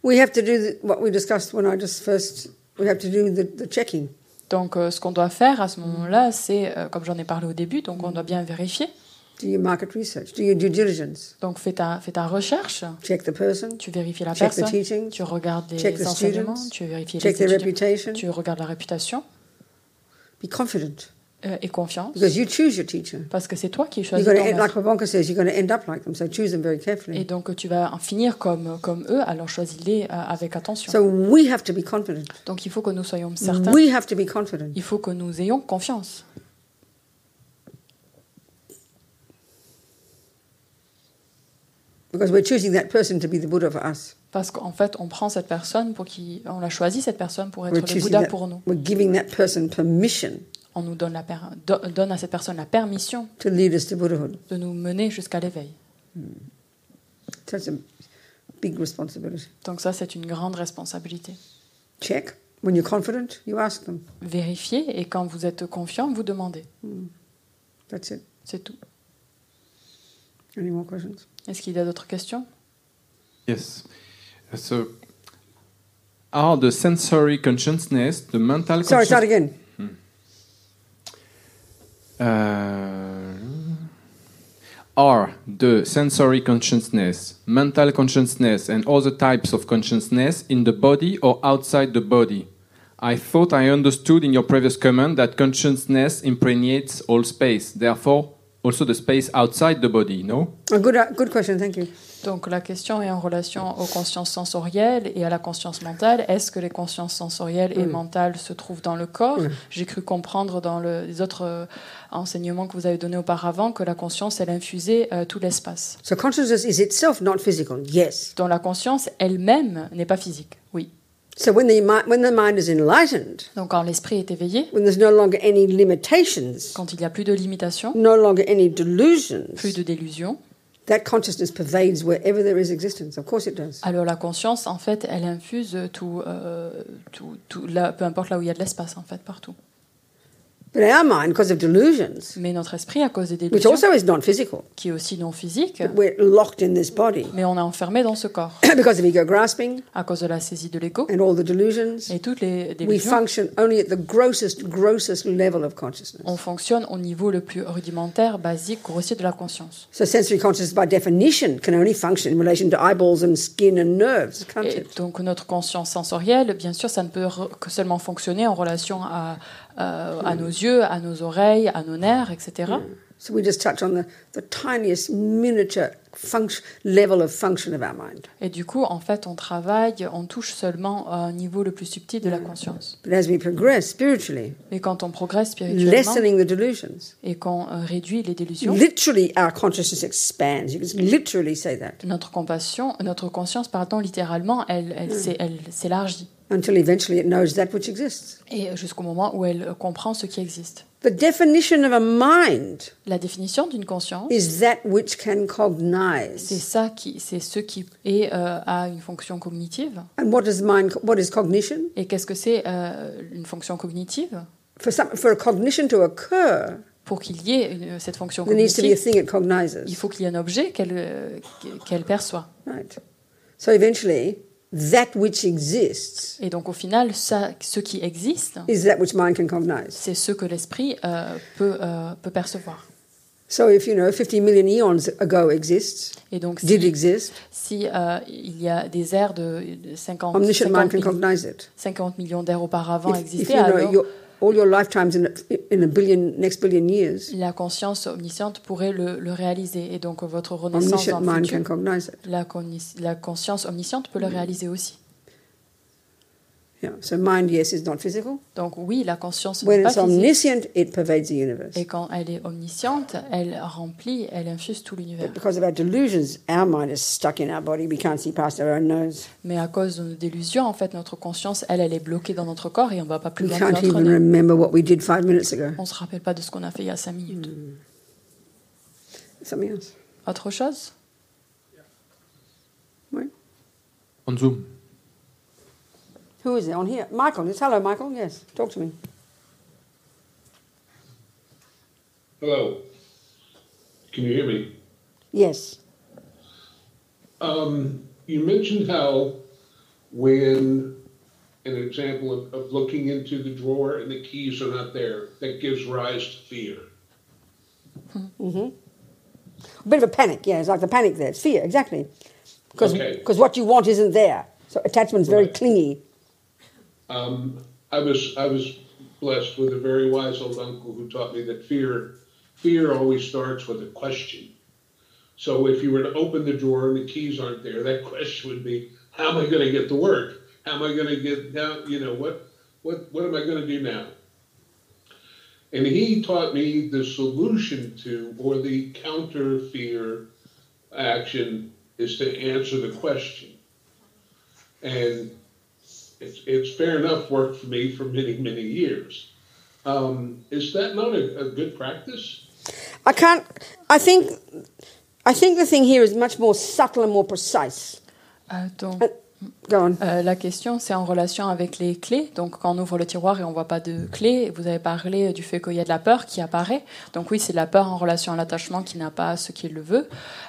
A: we have to do the, what we discussed when I just first. We have to do the, the checking.
B: Donc, euh, ce qu'on doit faire à ce moment-là, c'est, euh, comme j'en ai parlé au début, donc on doit bien vérifier.
A: Do your market research? Do your due diligence?
B: Donc, fais ta, fais ta recherche,
A: Check the person.
B: tu vérifies la
A: Check the
B: personne,
A: teaching.
B: tu regardes
A: check the
B: les enseignements,
A: students,
B: tu vérifies
A: check
B: les
A: their
B: études,
A: reputation.
B: tu regardes la réputation
A: Be confident
B: euh, et confiance,
A: because you choose your teacher.
B: parce que c'est toi qui
A: You're
B: choisis ton
A: going to end, like
B: maître.
A: Pavonka says, you're going to end up like them. So choose them very carefully.
B: Et donc, euh, tu vas en finir comme, comme eux, alors choisis-les euh, avec attention.
A: So we have to be confident.
B: Donc il faut que nous soyons certains,
A: We have to be confident.
B: il faut que nous ayons confiance.
A: Because we're choosing that person to be the Buddha for us.
B: Parce qu'en fait, on prend cette personne pour qui on l'a choisie, cette personne pour être
A: We're
B: le
A: choosing
B: Bouddha
A: that,
B: pour nous.
A: we're giving that person permission
B: On nous donne, la per- do- donne à cette personne la permission
A: to lead us to Buddhahood.
B: de nous mener jusqu'à l'éveil.
A: So it's a big responsibility.
B: Donc ça, c'est une grande responsabilité.
A: Check. When you're confident, you ask them.
B: Vérifiez et quand vous êtes confiant, vous demandez.
A: That's it.
B: C'est tout.
A: Any more questions?
B: Est-ce qu'il y a d'autres questions
E: Yes. So, are the sensory consciousness, the mental
A: Sorry,
E: conscious-
A: start again.
E: Uh, are the sensory consciousness, mental consciousness, and other types of consciousness in the body or outside the body? I thought I understood in your previous comment that consciousness impregnates all space, therefore, also the space outside the body, no?
A: A good, uh, good question, thank you.
B: Donc la question est en relation aux consciences sensorielles et à la conscience mentale. Est-ce que les consciences sensorielles et mentales se trouvent dans le corps J'ai cru comprendre dans le- les autres euh, enseignements que vous avez donnés auparavant que la conscience, elle infusait euh, tout l'espace.
A: So consciousness is itself not physical. Yes.
B: Dont la conscience elle-même n'est pas physique, oui.
A: So when the mi- when the mind is enlightened,
B: Donc quand l'esprit est éveillé,
A: when there's no longer any limitations,
B: quand il n'y a plus de limitations,
A: no longer any
B: plus
A: delusions,
B: de délusions,
A: that consciousness pervades wherever there is existence. Of course it does.
B: alors la conscience, en fait, elle infuse tout, euh, tout, tout là, peu importe là où il y a de l'espace, en fait, partout.
A: But our mind, because of delusions,
B: Mais notre esprit, à cause des
A: which
B: délusions,
A: also is non physical,
B: qui est aussi non physique,
A: we're locked in this body [CLEARS THROAT]
B: mais on est enfermé dans ce corps
A: because of ego grasping
B: à cause de la saisie de l'ego
A: and all the delusions.
B: et toutes les
A: We
B: délusions.
A: function only at the grossest, grossest level of consciousness.
B: On fonctionne au niveau le plus rudimentaire, basique, grossier de la conscience.
A: So sensory consciousness, by definition, can only function in relation to eyeballs and skin and nerves, can't
B: Et
A: it?
B: donc notre conscience sensorielle, bien sûr, ça ne peut re- que seulement fonctionner en relation à, euh, à nos yeux, à nos oreilles, à nos nerfs, etc.
A: So we just touch on the, the tiniest miniature function, level of function of our mind.
B: Et du coup, en fait, on travaille, on touche seulement à un niveau le plus subtil de la conscience.
A: But as we progress spiritually,
B: Mais quand on progresse spirituellement
A: lessening the delusions,
B: et qu'on euh, réduit les délusions,
A: literally our consciousness expands. You can literally say that
B: notre compassion, notre conscience, pardon, littéralement, elle, elle s'est- elle s'élargit.
A: until eventually it knows that which exists.
B: et jusqu'au moment où elle euh, comprend ce qui existe.
A: The definition of a mind
B: La définition d'une conscience,
A: is that which can
B: c'est
A: cognize.
B: ça qui, c'est ce qui est, euh, a une fonction cognitive.
A: And what is mind? What is cognition?
B: Et qu'est-ce que c'est euh, une fonction cognitive
A: For some, for a cognition to occur,
B: Pour qu'il y ait une- cette fonction
A: there needs to be a
B: cognitive,
A: thing it
B: il
A: cognizes,
B: faut qu'il y ait un objet qu'elle euh, qu'elle perçoit.
A: right? So eventually, that which exists
B: Et donc au final, ça, ce qui existe,
A: is that which mind can cognize.
B: c'est ce que l'esprit euh, peut, euh, peut percevoir.
A: So if you know 50 million eons ago exists,
B: Et donc
A: did
B: si,
A: exist,
B: si, euh, il y a des airs de de 50,
A: omniscient mind
B: 50,
A: can
B: millions-
A: cognize it.
B: 50 millions d'aires auparavant
A: If, if you
B: existaient,
A: know
B: alors
A: your, all your lifetimes in a, in a billion next billion years,
B: la conscience omnisciente pourrait le, le réaliser. Et donc votre renaissance dans
A: omniscient
B: le
A: mind can
B: futur,
A: cognize it.
B: la, cogni- la conscience omnisciente peut le réaliser aussi.
A: Yeah. So mind, yes, is not physical.
B: Donc oui, la conscience
A: When
B: n'est pas
A: it's
B: physique.
A: omniscient, it pervades the universe.
B: Et quand elle est omnisciente, elle remplit, elle infuse tout l'univers.
A: Because of our delusions, our mind is stuck in our body. We can't see past our own nose.
B: Mais à cause de nos délusions, en fait, notre conscience, elle, elle est bloquée dans notre corps et on ne va pas plus
A: We
B: loin que
A: can't
B: notre
A: even
B: nez.
A: remember what we did five minutes ago.
B: On ne se rappelle pas de ce qu'on a fait il y a cinq minutes.
A: Something else.
B: Autre chose
A: Right.
C: On Zoom.
A: Who is it on here? Michael. It's hello, Michael. Yes, talk to me.
F: Hello. Can you hear me?
A: Yes.
F: Um, you mentioned how when an example of, of looking into the drawer and the keys are not there, that gives rise to fear.
A: A bit of a panic. Yeah, it's like the panic there. It's fear, exactly. Because
F: Okay.
A: what you want isn't there. So attachment's very
F: Right.
A: clingy.
F: Um, I was I was blessed with a very wise old uncle who taught me that fear fear always starts with a question. So if you were to open the drawer and the keys aren't there, that [LAUGHS] question would be, "How am I going to get to work? How am I going to get now? You know what what what am I going to do now?" And he taught me the solution to or the counter fear action is to answer the question. And it's, it's fair enough worked for me for many, many years. Um, is that not a, a good practice?
A: I can't. I think. I think the thing here is much more subtle and more precise.
B: Euh, donc,
A: Uh, Go on.
B: euh, la question, c'est en relation avec les clés. Donc, quand on ouvre le tiroir et on voit pas de clé, vous avez parlé euh, du fait qu'il y a de la peur qui apparaît. Donc oui, c'est de la peur en relation à l'attachement qui n'a pas ce qu'il le veut.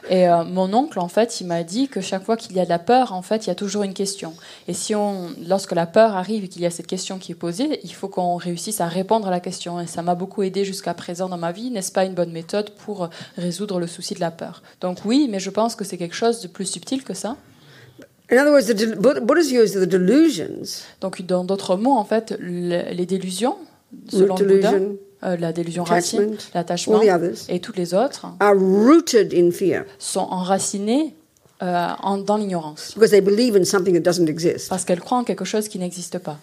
B: Et euh, mon oncle, en fait, il m'a dit que chaque fois qu'il y a de la peur, en fait, il y a toujours une question. Et si on, lorsque la peur arrive et qu'il y a cette question qui est posée, il faut qu'on réussisse à répondre à la question. Et ça m'a beaucoup aidé jusqu'à présent dans ma vie. N'est-ce pas une bonne méthode pour euh, résoudre le souci de la peur Donc oui, mais je pense que c'est quelque chose de plus subtil que ça.
A: In other words, the de- Bud- Buddha's views of the delusions.
B: Donc, dans d'autres mots, en fait, le- les délusions, selon le Bouddha,
A: delusion,
B: euh, la délusion racine,
A: attachment,
B: l'attachement
A: all the others.
B: et toutes les autres
A: are rooted in fear
B: sont enracinées euh, en- dans l'ignorance
A: because they believe in something that doesn't exist.
B: parce qu'elles croient en quelque chose qui n'existe pas.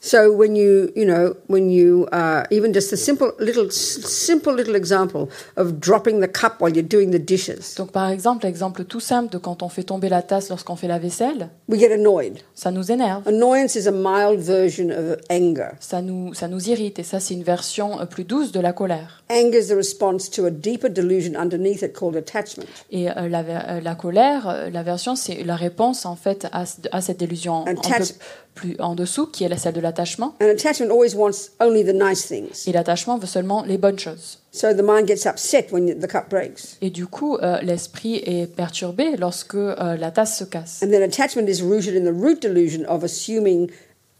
A: So when you, you know, when you, uh, even just a simple little, s- simple little example of dropping the cup while you're doing the dishes,
B: Donc, par exemple, l'exemple tout simple de quand on fait tomber la tasse lorsqu'on fait la vaisselle,
A: we get annoyed.
B: ça nous énerve,
A: Annoyance is a mild version of anger.
B: ça nous, ça nous irrite, et ça, c'est une version euh, plus douce de la colère.
A: Anger is the response to a deeper delusion underneath it called attachment.
B: Et euh, la, ver- euh, la colère, euh, la version, c'est la réponse en fait à, ce- à cette délusion en- un peu
A: Attach-
B: plus en dessous, qui est la- celle de l'attachement.
A: And attachment always wants only the nice things.
B: Et l'attachement veut seulement les bonnes choses.
A: So the mind gets upset when the cup breaks.
B: Et du coup, euh, l'esprit est perturbé lorsque euh, la tasse se casse.
A: And then attachment is rooted in the root delusion of assuming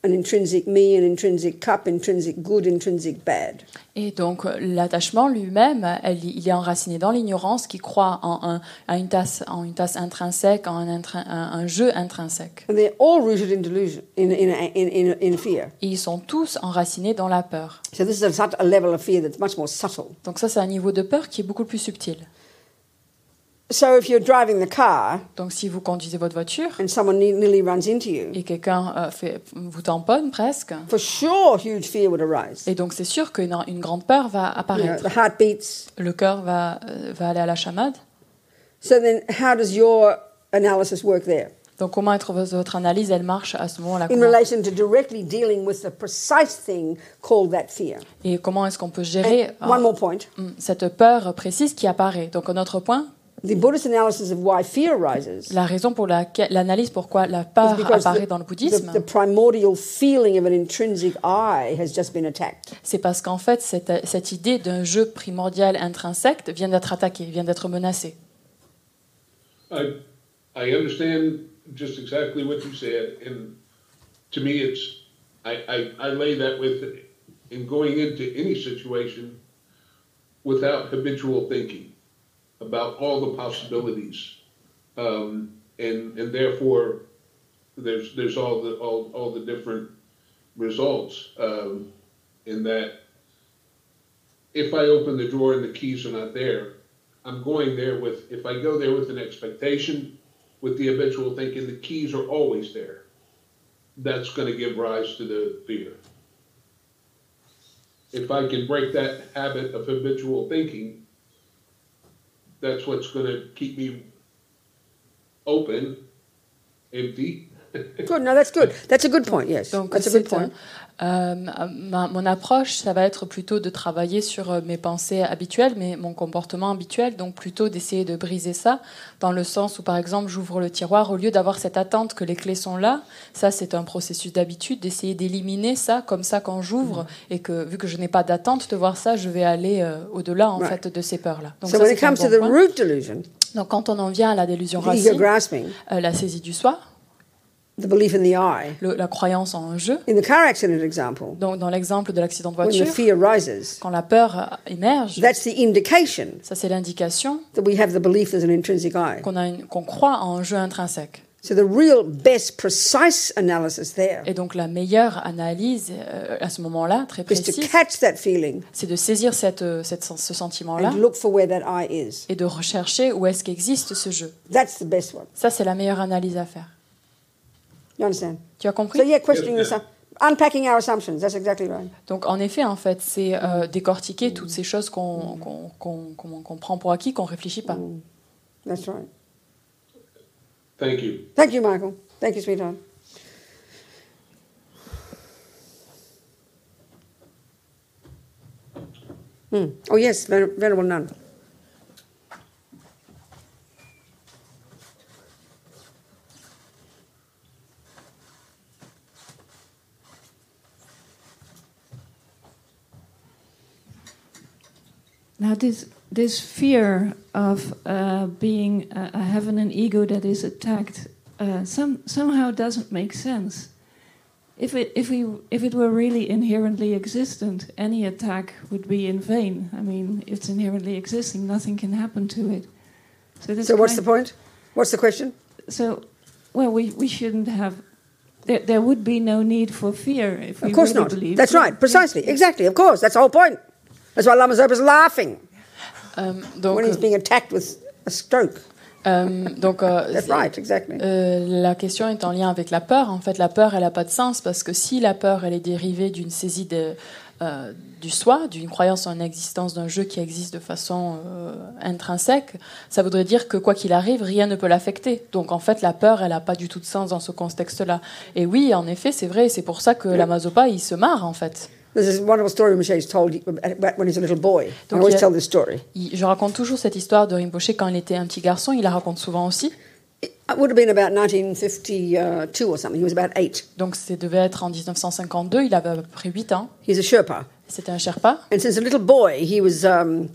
A: an intrinsic me, an intrinsic cup, intrinsic good, intrinsic bad.
B: Et donc, euh, l'attachement lui-même, elle- il est enraciné dans l'ignorance qui croit en, un- à une tasse, en une tasse intrinsèque, en un, intrin- un- un jeu intrinsèque.
A: And they're all rooted in delusion, in, in, in, in, in fear.
B: Et ils sont tous enracinés dans la peur.
A: So this is a, sut- a level of fear that's much more subtle.
B: Donc ça, c'est un niveau de peur qui est beaucoup plus subtil.
A: So if you're driving the car
B: Donc si vous conduisez votre voiture
A: and someone ne- nearly runs into you,
B: et quelqu'un euh, fait- vous tamponne presque,
A: for sure huge fear would arise.
B: et donc c'est sûr qu'une une grande peur va
A: You know,
B: apparaître.
A: the heart beats.
B: Le cœur va, euh, va aller à la chamade.
A: So then how does your analysis work there?
B: Donc comment est-ce que votre analyse, elle marche à ce moment-là
A: In
B: comment-
A: relation to directly dealing with the precise thing called that fear.
B: Et comment est-ce qu'on peut gérer
A: And one
B: euh,
A: more point.
B: mm, cette peur précise qui apparaît Donc un autre point,
A: The Buddhist analysis of why fear arises
B: la raison pour laquelle l'analyse pourquoi la
A: is
B: peur
A: because
B: apparaît
A: the,
B: dans le
A: the-
B: bouddhisme,
A: the primordial feeling of an intrinsic I has just been attacked.
B: c'est parce qu'en fait cette, cette idée d'un jeu primordial intrinsèque vient d'être attaquée, vient d'être menacée.
F: I, I understand just exactly what you said, and to me, it's, I, I, I lay that with, in going into any situation without habitual thinking about all the possibilities. Um, and, and therefore, there's, there's all the, all, all the different results, um, in that if I open the drawer and the keys are not there, I'm going there with, if I go there with an expectation, with the habitual thinking, the keys are always there. That's going to give rise to the fear. If I can break that habit of habitual thinking, that's what's going to keep me open, empty. [LAUGHS]
A: Good. No, that's good. That's a good point. Yes,
B: Donc,
A: that's a
B: c'est
A: good point.
B: un- euh, ma- mon approche, ça va être plutôt de travailler sur euh, mes pensées habituelles, mais mon comportement habituel, donc plutôt d'essayer de briser ça, dans le sens où, par exemple, j'ouvre le tiroir, au lieu d'avoir cette attente que les clés sont là, ça c'est un processus d'habitude, d'essayer d'éliminer ça, comme ça quand j'ouvre,
A: Mm.
B: et que vu que je n'ai pas d'attente de voir ça, je vais aller euh, au-delà en
A: Ouais.
B: fait de ces peurs-là. Donc,
A: so
B: ça,
A: when it
B: c'est un
A: comes to
B: bon
A: the
B: point.
A: root delusion,
B: Donc quand on en vient à la délusion
A: the ego
B: racine,
A: grasping,
B: euh, la saisie du soi,
A: the belief in the I,
B: le- la croyance en un jeu,
A: in the car accident example,
B: donc dans l'exemple de l'accident de
A: when the
B: voiture,
A: fear rises,
B: quand la peur euh, émerge,
A: that's the indication
B: ça c'est l'indication
A: that we have the belief there's an intrinsic I.
B: qu'on a une- qu'on croit en un jeu intrinsèque.
A: So the real best precise analysis there
B: Et donc la meilleure analyse euh, à ce moment-là, très
A: is to
B: précise,
A: catch that feeling
B: c'est de saisir cette, euh, cette sens- ce sentiment-là
A: and look for where that I is.
B: et de rechercher où est-ce qu'existe ce jeu.
A: That's the best one.
B: Ça c'est la meilleure analyse à faire.
A: You understand?
B: Tu as compris
A: So yeah, questioning
F: Yes,
A: the unpacking our assumptions. That's exactly right.
B: Donc en effet, en fait, c'est euh, décortiquer toutes ces choses qu'on qu'on- qu'on- qu'on- qu'on prend pour acquis, qu'on réfléchit pas.
A: That's right.
F: Thank you.
A: Thank you, Michael. Thank you, sweetheart. Hmm. Oh yes, Vener- venerable nun.
G: Now, this this fear of uh, being uh, uh, having an ego that is attacked uh, some somehow doesn't make sense. If it if we if it were really inherently existent, any attack would be in vain. I mean, it's inherently existing; nothing can happen to it. So, this
A: So what's the
G: kind-
A: point? What's the question?
G: So, well, we, we shouldn't have. There, there would be no need for fear if we
A: Of course
G: really
A: not.
G: believe.
A: That's right. Precisely. Exactly. Of course. That's the whole point. That's why Lama Zopa's laughing
B: Euh, donc
A: when he's being attacked with a stroke.
B: euh, donc
A: [LAUGHS]
B: euh,
A: That's
B: c'est-
A: right. Exactly.
B: Euh, la question est en lien avec la peur. En fait, la peur, elle n'a pas de sens parce que si la peur, elle est dérivée d'une saisie de- euh, du soi, d'une croyance en l'existence d'un jeu qui existe de façon euh, intrinsèque, ça voudrait dire que quoi qu'il arrive, rien ne peut l'affecter. Donc en fait, la peur, elle n'a pas du tout de sens dans ce contexte-là. Et oui, en effet, c'est vrai. C'est pour ça que la Mazopa, il se marre en fait.
A: There's this wonderful story Rinpoche's told about when he's a little boy. I
B: Don't
A: always
B: you-
A: tell this story.
B: Il- je raconte toujours cette histoire de Rinpoché quand il était un petit garçon. Il la raconte souvent aussi.
A: It would have been about 1952 or something. He was about eight.
B: Donc ça devait être en 1952. Il avait à peu près 8 ans.
A: He's a Sherpa.
B: C'était un Sherpa.
A: And since a little boy, he was, um,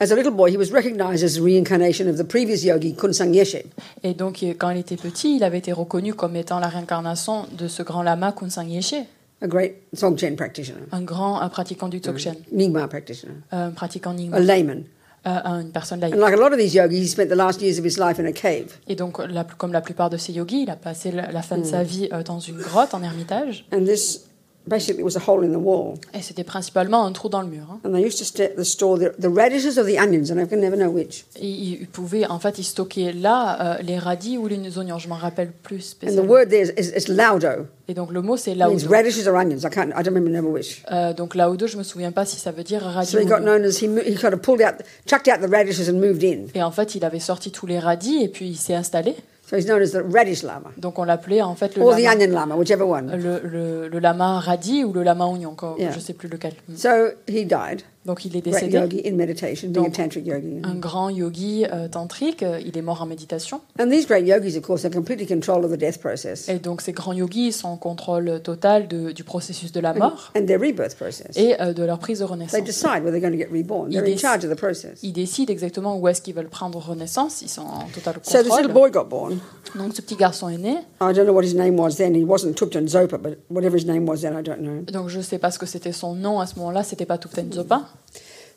A: as a little boy, he was recognized as a reincarnation of the previous yogi, Kunsang Yeshe.
B: Et donc, euh, quand il était petit, il avait été reconnu comme étant la réincarnation de ce grand lama Kunsang Yeshe,
A: a great Dzogchen practitioner,
B: un grand euh, pratiquant du Dzogchen,
A: Nyingma practitioner,
B: euh, pratiquant Nyingma,
A: a layman.
B: euh, une personne
A: And
B: laïque.
A: like a lot of these yogis, he spent the last years of his life in a cave.
B: Et donc, la- comme la plupart de ces yogis, il a passé la, la fin de sa vie euh, dans une grotte en ermitage,
A: And this basically was a hole in the wall.
B: et c'était principalement un trou dans le mur. hein.
A: And they used to st- the store the, the radishes or the onions, and I can never know which.
B: Et il pouvait, en fait, il stockait là euh, les radis ou les oignons, je m'en rappelle plus
A: And the
B: spécialement.
A: word there is, is, is laudo.
B: Et donc, le mot, c'est
A: It means
B: laodo.
A: radishes or onions. I can't. I don't remember never which.
B: Euh, donc, laodo, je me souviens pas si ça veut dire radis
A: So he
B: ou
A: got
B: oignon.
A: known as he, mo- he kind of pulled out, chucked out the radishes and moved in.
B: Et en fait, il avait sorti tous les radis, et puis il s'est installé.
A: So he's known as the radish lama
B: Donc, on l'appelait, en fait, le
A: or the
B: lama-
A: onion lama, whichever one.
B: le, le, le lama radis ou le lama oignon, quand,
A: Yeah.
B: je sais plus lequel. Mm.
A: So he died,
B: Donc il est
A: Great
B: décédé.
A: yogi in meditation, being a
B: Donc,
A: tantric yogi.
B: Un grand yogi euh, tantrique, euh, il est mort en méditation.
A: And these great yogis, of course, are completely in control of the death process
B: Et donc ces grands yogis sont en contrôle total de- du processus de la mort
A: and their rebirth process.
B: et euh, de leur prise de
A: They
B: renaissance.
A: decide whether they're going to get reborn. They're in
B: Ils déc-
A: charge of the process.
B: Ils décident exactement où est-ce qu'ils veulent prendre renaissance. Ils sont en total
A: So this little
B: contrôle.
A: boy got born.
B: Donc ce petit garçon est né.
A: I don't know what his name was then. He wasn't Tupten Zopa, but whatever his name was then, I don't know.
B: Donc je sais pas ce que c'était son nom à ce moment-là. C'était pas Tupten Zopa.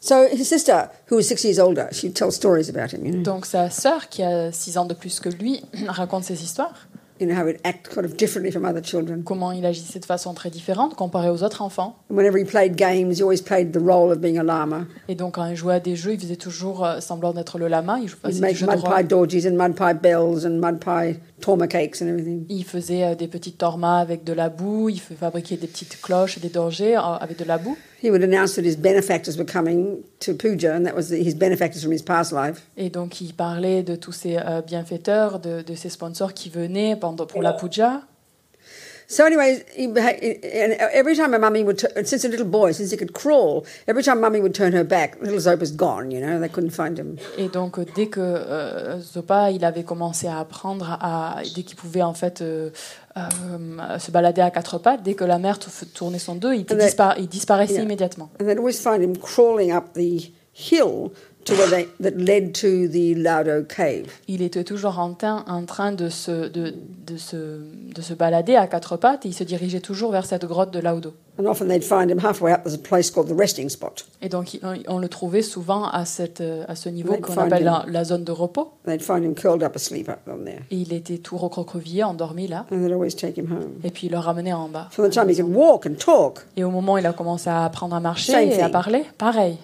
A: So his sister, who was six years older, she tells stories about him, you know,
B: Donc sa sœur, qui a 6 ans de plus que lui, [CLEARS THROAT] raconte ses histoires.
A: you know how he'd act kind of differently from other children.
B: Comment il agissait de façon très différente comparé aux autres enfants.
A: And whenever he played games, he always played the role of being a lama.
B: Et donc quand il jouait à des jeux, il faisait toujours euh, semblant d'être le lama. Il jouait
A: He'd
B: faisait des
A: make
B: jeux de
A: mud pie
B: rôle.
A: dorjies and mud pie bells and mud pie torma cakes and everything.
B: Il faisait euh, des petites tormas avec de la boue, il fa- fabriquait des petites cloches et des dangers euh, avec de la boue.
A: He would announce that his benefactors were coming to puja, and that was the, his benefactors from his past life.
B: Et donc il parlait de tous ces euh, bienfaiteurs, de, de ces sponsors qui venaient pendant, pour la puja.
A: So, anyways, he, beha- and every time my mummy would, t- since a little boy, since he could crawl, every time mummy would turn her back, little Zopa's gone. You know, they couldn't find him.
B: Et donc euh, dès que euh, Zopa, il avait commencé à apprendre, à, dès qu'il pouvait en fait euh, euh, se balader à quatre pattes, dès que la mère tou- tournait son dos, il, était
A: Ouais.
B: dispara- il disparaissait
A: Yeah.
B: immédiatement.
A: And they'd always find him crawling up the hill to where they, that led to the Laudo cave.
B: Il était toujours en, tein- en train de se, de, de se, de se balader à quatre pattes et il se dirigeait toujours vers cette grotte de Laudo.
A: And often they'd find him halfway up. There's a place called the resting spot.
B: Et donc, il- on, on le trouvait souvent à, cette, euh, à ce niveau
A: Ouais,
B: qu'on
A: enfin,
B: appelle
A: il-
B: la, la zone de repos.
A: They'd find him curled up asleep up on there.
B: Et il était tout recroquevillé, endormi là.
A: And they'd always take him home.
B: Et puis, il le ramenait en bas.
A: From the time he could walk and talk,
B: Et au moment où il a commencé à apprendre à marcher
A: Same
B: et à
A: thing.
B: parler, pareil,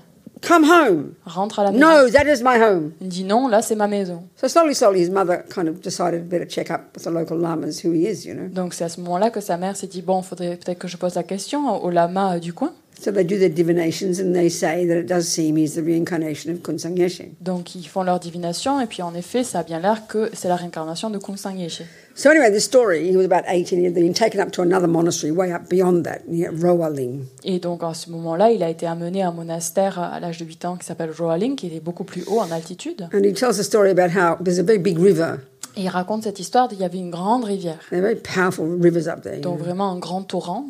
A: come home.
B: rentre à la maison.
A: No, that is my home.
B: Il dit non, là, c'est ma maison.
A: So slowly, slowly, his mother kind of decided better check up with the local lamas who he is, you know.
B: Donc, c'est à ce moment-là que sa mère s'est dit bon, faudrait peut-être que je pose la question au lama euh, du coin.
A: So they do their divinations and they say that it does seem he's the reincarnation of Kunsang Yeshe.
B: Donc, ils font leur divination. Et puis, en effet, ça a bien l'air que c'est la réincarnation de Kunsang Yeshe.
A: So anyway, this story, he was about 18, he'd been taken up to another monastery way up beyond that, near Roa Ling.
B: Et donc, à ce moment-là, il a été amené à un monastère à l'âge de 8 ans qui s'appelle Roaling, qui est beaucoup plus haut en altitude.
A: And he tells a story about how there's a very big river.
B: Et il raconte cette histoire d'il y avait une grande rivière,
A: They're very powerful rivers up there. you
B: donc
A: know.
B: vraiment un grand torrent.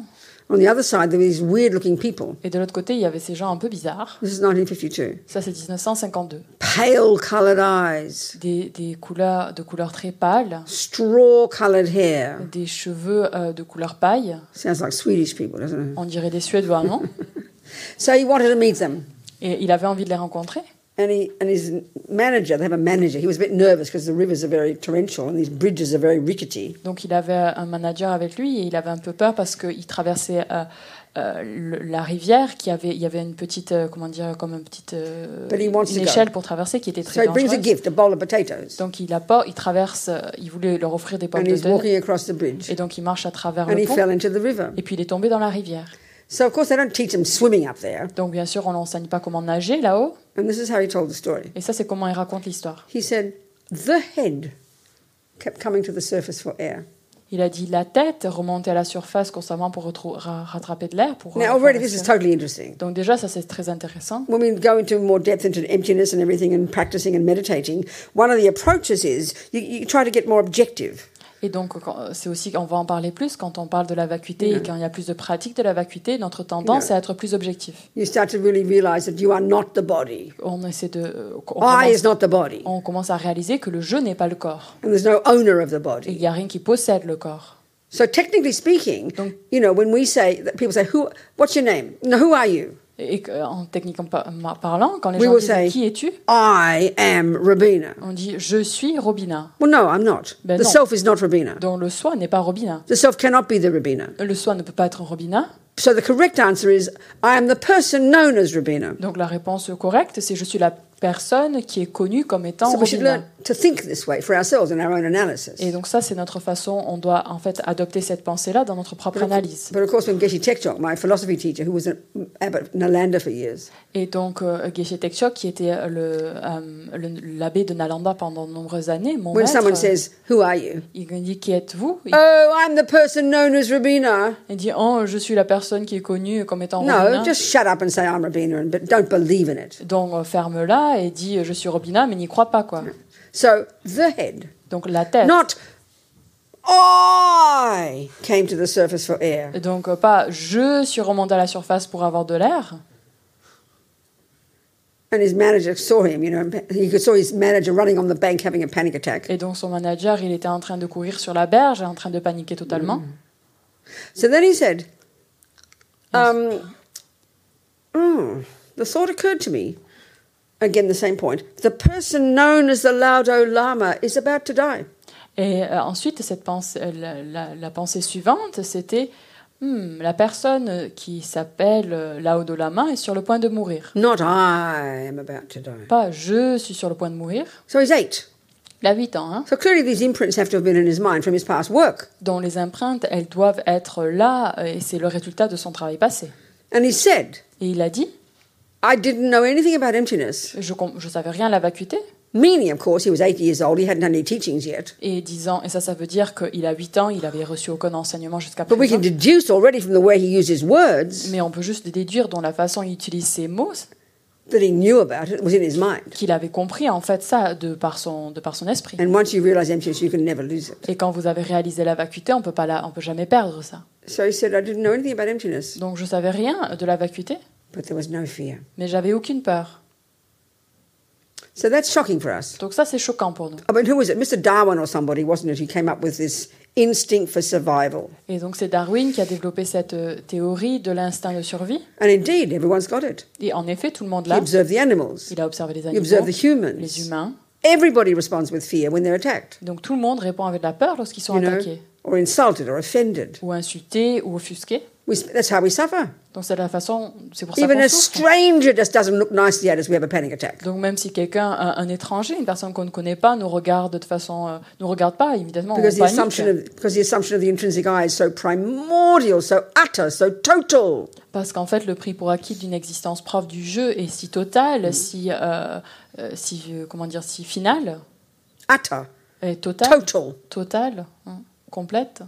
A: On the other side, there were these weird looking people.
B: Et de l'autre côté, il y avait ces gens un peu bizarres.
A: This is 1952.
B: Ça, c'est 1952.
A: Pale coloured eyes,
B: Des, des couleurs de couleur très pâle,
A: straw coloured hair.
B: des cheveux euh, de couleur paille.
A: Sounds like Swedish people, doesn't it?
B: On dirait des Suédois, non
A: So he wanted to meet them.
B: Et il avait envie de les rencontrer.
A: And, he, and his manager, they have a manager, he was a bit nervous because the rivers are very torrential and these bridges are very rickety.
B: Donc, il avait un manager avec lui et il avait un peu peur parce qu'il traversait euh, euh, le- la rivière qui avait, il y avait une petite, euh, comment dire, comme une petite euh,
A: But he wants
B: une
A: to go.
B: échelle pour traverser qui était
A: So
B: très
A: he brings a
B: dangereuse.
A: gift, a bowl of potatoes.
B: Donc, il, apporte, il traverse, euh, il voulait leur offrir des pommes
A: And
B: de
A: he's
B: terre.
A: walking across the bridge.
B: Et donc il marche à travers
A: And
B: le
A: he
B: pont.
A: fell into the river.
B: Et puis il est tombé dans la rivière.
A: So, of course, they don't teach him swimming up there.
B: Donc bien sûr, on l'enseigne pas comment nager là-haut.
A: And this is how he told the story.
B: Et ça, c'est comment il raconte l'histoire.
A: He said, The head kept coming to the surface for air.
B: Il a dit la tête remonter à la surface constamment pour retrou- ra- rattraper de l'air. Pour
A: Now,
B: euh,
A: already,
B: faire
A: this is
B: respirer.
A: totally interesting.
B: Donc déjà, ça c'est très intéressant.
A: When we go into more depth into emptiness and everything and practicing and meditating, one of the approaches is you, you try to get more objective.
B: Et donc quand- c'est aussi, on va en parler plus quand on parle de la vacuité et quand il y a plus de pratique de la vacuité, notre tendance
A: Yeah.
B: est à être plus objectif.
A: You start to really realize that you are not the body.
B: On essaie de, euh, on
A: I
B: commence,
A: is not the body.
B: on commence à réaliser que le je n'est pas le corps.
A: And there's no owner of the
B: Et il
A: body.
B: n'y a rien qui possède le corps.
A: So, technically speaking,
B: Don't-
A: you know, when we say that people say, "Who? What's your name? No, who are you?"
B: Et que, en techniquement par- parlant, quand les
A: We
B: gens
A: will
B: disent
A: say-
B: qui es-tu,
A: I am Rabina.
B: On dit je suis Robina.
A: Well, no, I'm not.
B: Ben
A: the
B: non.
A: self is not Rabina.
B: Donc le soi n'est pas Robina.
A: The self cannot be the Rabina.
B: Le soi ne peut pas être Robina.
A: So the correct answer is I am the person known as Rabina.
B: Donc la réponse correcte, c'est je suis la personne qui est connue comme étant
A: So we should
B: Robina.
A: learn to think this way for ourselves in our own analysis.
B: Et donc ça, c'est notre façon. On doit en fait adopter cette pensée-là dans notre propre analyse.
A: But of course, when Geshe Tekchok, my philosophy teacher, who was an abbot Nalanda for years,
B: Et donc euh, Geshe Tekchok, qui était le, euh, le- l'abbé de Nalanda pendant de nombreuses années, mon
A: when
B: maître,
A: someone says, "Who are you?" Ah.
B: il dit qui êtes-vous Il-
A: Oh, I'm the person known as Rabina.
B: Il dit oh, je suis la personne qui est connue comme étant
A: No,
B: Robina.
A: just shut up and say I'm Rabina, and but don't believe in it.
B: Donc euh, ferme-la et dis euh, je suis Robina, mais n'y crois pas quoi.
A: So the head,
B: Donc la tête.
A: not I, came to the surface for air.
B: Donc euh, pas je suis remonté à la surface pour avoir de l'air.
A: And his manager saw him. You know, he could saw his manager running on the bank having a panic attack.
B: Et donc son manager, il était en train de courir sur la berge, en train de paniquer totalement.
A: So then he said, um, "Hmm, the thought occurred to me. Again, the same point. The person known as the Lao Tzu Lama is about to die.
B: Et euh, ensuite, cette pensée, euh, la, la- la pensée suivante, c'était Hmm, la personne qui s'appelle euh, Lao Dalai Lama est sur le point de mourir.
A: Not I am about to die.
B: Pas je suis sur le point de mourir.
A: So he's eight.
B: Il a 8 ans, hein,
A: So clearly, these imprints have to have been in his mind from his past work.
B: dont les empreintes, elles doivent être là, euh, et c'est le résultat de son travail passé.
A: And he said,
B: Et il a dit
A: I didn't know anything about emptiness.
B: Je ne savais rien à la vacuité.
A: Meaning, of course, he was eight years old. He hadn't done any teachings yet.
B: Et, 10 ans, et ça, ça veut dire qu'il a 8 ans, il avait reçu aucun enseignement jusqu'à
A: But we can
B: présent.
A: deduce already from the way he used his words
B: Mais on peut juste déduire, dont la façon il utilise ses mots,
A: that he knew about it. It was in his mind.
B: qu'il avait compris en fait ça de par son, de par son esprit.
A: And once you realize emptiness, you can never lose it.
B: Et quand vous avez réalisé la vacuité, on peut pas la, on peut jamais perdre ça.
A: So he said, I didn't know anything about emptiness,
B: Donc je savais rien de la vacuité,
A: but there was no fear.
B: mais j'avais aucune peur.
A: So that's shocking for us.
B: Donc ça c'est choquant pour nous.
A: I mean, who was it? Mr. Darwin or somebody, wasn't it, who came up with this instinct for survival?
B: Et donc c'est Darwin qui a développé cette euh, théorie de l'instinct de survie.
A: And indeed, everyone's got it.
B: Et en effet, tout le monde
A: He
B: l'a.
A: observed the animals,
B: Il a observé les
A: he observed
B: animaux,
A: the humans.
B: les humains.
A: Everybody responds with fear when they're attacked,
B: Donc tout le monde répond avec de la peur lorsqu'ils sont
A: you know,
B: attaqués,
A: or insulted or offended.
B: ou insultés, ou offusqués.
A: We, that's how we suffer.
B: Donc c'est la façon, c'est pour ça
A: Even
B: qu'on
A: a
B: souffre.
A: stranger just doesn't look nicely at us, we have a panic attack.
B: Donc même si quelqu'un, un, un étranger, une personne qu'on ne connaît pas, nous regarde de façon, euh, nous regarde pas, évidemment, on
A: Because the,
B: panique.
A: assumption of, because the assumption of the intrinsic I is so primordial, so utter, so total.
B: Parce qu'en fait, le prix pour acquis d'une existence propre du jeu est si total, si, euh, euh, si euh, comment dire, si final,
A: Utter,
B: est total,
A: total.
B: total, hein, complète.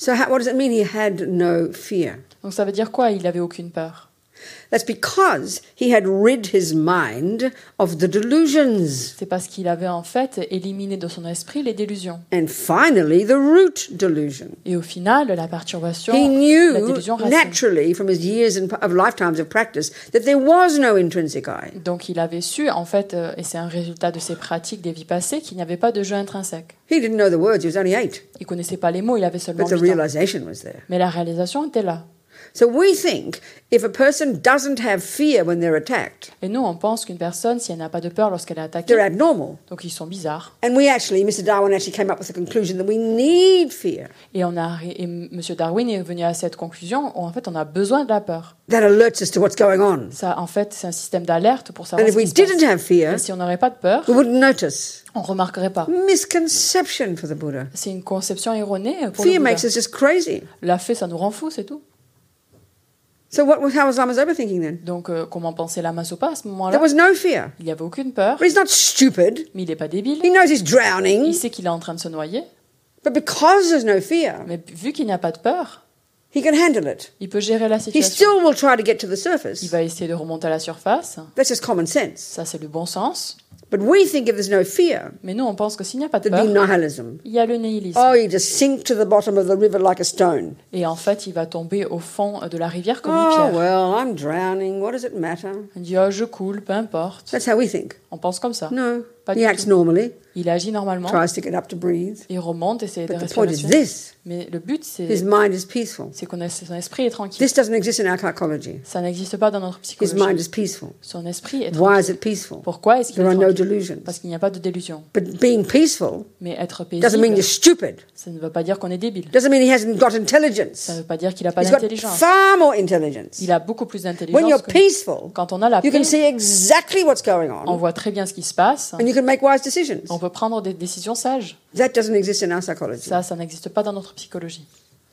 A: So, how, what does it mean he had no fear?
B: Donc ça veut dire quoi Il n'avait aucune peur.
A: That's because he had rid his mind of the delusions
B: C'est parce qu'il avait en fait éliminé de son esprit les délusions.
A: and finally the root delusion.
B: Et au final, la perturbation,
A: He
B: la
A: knew
B: délusion racine.
A: naturally from his years and of lifetimes of practice that there was no intrinsic I.
B: Donc il avait su, en fait, euh, et c'est un résultat de ses pratiques des vies passées, qu'il n'y avait pas de jeu intrinsèque.
A: He didn't know the words, he was only eight,
B: Il connaissait pas les mots, il avait seulement
A: but the
B: 8 ans.
A: realization was there.
B: Mais la réalisation était là.
A: So we think if a person doesn't have fear when they're attacked,
B: Et nous, on pense qu'une personne, si elle n'a pas de peur lorsqu'elle est
A: they're
B: attaquée,
A: abnormal.
B: donc ils sont bizarres.
A: And we actually, Mr. Darwin actually came up with the conclusion that we need fear.
B: Et, on a, et M. Darwin est venu à cette conclusion, oh, en fait, on a besoin de la peur.
A: That alerts us to what's going on.
B: Ça, en fait, c'est un système d'alerte pour
A: And
B: savoir
A: if
B: ce
A: we
B: qui se passe.
A: didn't have fear,
B: Et si on n'aurait pas de peur,
A: we wouldn't notice.
B: on remarquerait pas.
A: Misconception for the Buddha.
B: C'est une conception erronée pour le
A: Fear
B: Bouddha.
A: makes us just crazy.
B: La fée, ça nous rend fous, c'est tout.
A: So what was how was Lama's overthinking then?
B: Donc, euh, comment penser la Masopa à ce
A: There
B: moment-là
A: was no fear.
B: Il n'y avait aucune peur,
A: But he's not stupid.
B: mais il n'est pas
A: He
B: débile.
A: knows he's
B: Il
A: drowning.
B: sait qu'il est en train de se noyer,
A: But because there's no fear,
B: mais vu qu'il n'a pas de peur,
A: he can handle it.
B: il peut gérer la
A: He
B: situation.
A: still will try to get to the
B: Il
A: surface.
B: va essayer de remonter à la surface.
A: That's just common sense.
B: Ça, c'est le bon sens.
A: But we think if there's no fear,
B: Mais nous, on pense que s'il n'y a pas de
A: there'd be
B: peur,
A: nihilism.
B: il y a le nihilisme.
A: Oh, you just sink to the bottom of the river like a stone.
B: Et en fait, il va tomber au fond de la rivière comme une
A: Oh,
B: pierre.
A: well, I'm drowning. What does it matter?
B: Il dit oh, je coule, peu importe.
A: That's how we think.
B: On pense comme ça.
A: No.
B: Pas
A: He
B: du
A: acts
B: tout.
A: normally,
B: Il agit normalement,
A: tries to get up to breathe.
B: il remonte et c'est des
A: But the point is
B: respirations.
A: this
B: Mais le but,
A: his
B: c'est
A: mind is peaceful.
B: c'est qu'on ait- son esprit est tranquille.
A: This doesn't exist in our psychology.
B: Ça n'existe pas dans notre
A: His mind
B: psychologie.
A: is peaceful.
B: Son esprit
A: Why is
B: est tranquille.
A: it peaceful?
B: Pourquoi est-ce qu'il
A: There
B: est
A: are no
B: tranquille Parce
A: delusions.
B: qu'il n'y a pas de délusion.
A: But being peaceful
B: Mais être
A: doesn't mean
B: paisible,
A: you're stupid.
B: ça ne veut pas dire qu'on est débile.
A: Doesn't mean he hasn't got
B: Ça ne
A: intelligence.
B: veut pas dire qu'il n'a pas
A: He's got
B: d'intelligence.
A: far more intelligence.
B: Il a beaucoup plus
A: When you're
B: d'intelligence. que nous.
A: peaceful,
B: Quand on a la
A: you can
B: paix,
A: see exactly what's going
B: on
A: on
B: voit très bien ce qui se passe.
A: and you can make wise decisions.
B: On peut prendre des décisions sages.
A: That doesn't exist in our psychology.
B: Ça, ça n'existe pas dans notre psychologie.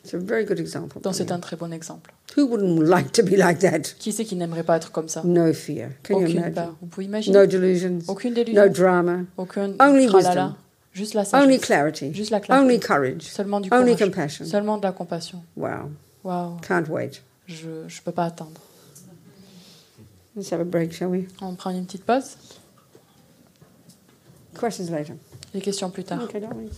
A: It's a very good example.
B: Donc c'est un très bon exemple.
A: Who wouldn't like to be like that?
B: Qui c'est qui n'aimerait pas être comme ça
A: No fear. Can you
B: Aucune
A: imagine?
B: peur. Vous pouvez imaginer
A: No delusions.
B: Aucune délusion.
A: No drama.
B: Aucune
A: Only
B: tralala.
A: wisdom.
B: Juste la sagesse.
A: Only clarity.
B: Juste la clarté.
A: Only courage.
B: Seulement du courage.
A: Only compassion.
B: Seulement de la compassion.
A: Wow.
B: Waouh,
A: Can't wait.
B: je ne peux pas attendre.
A: Let's have a break, shall we?
B: On prend une petite pause.
A: Questions later.
B: Les questions plus tard.
A: Okay, darling.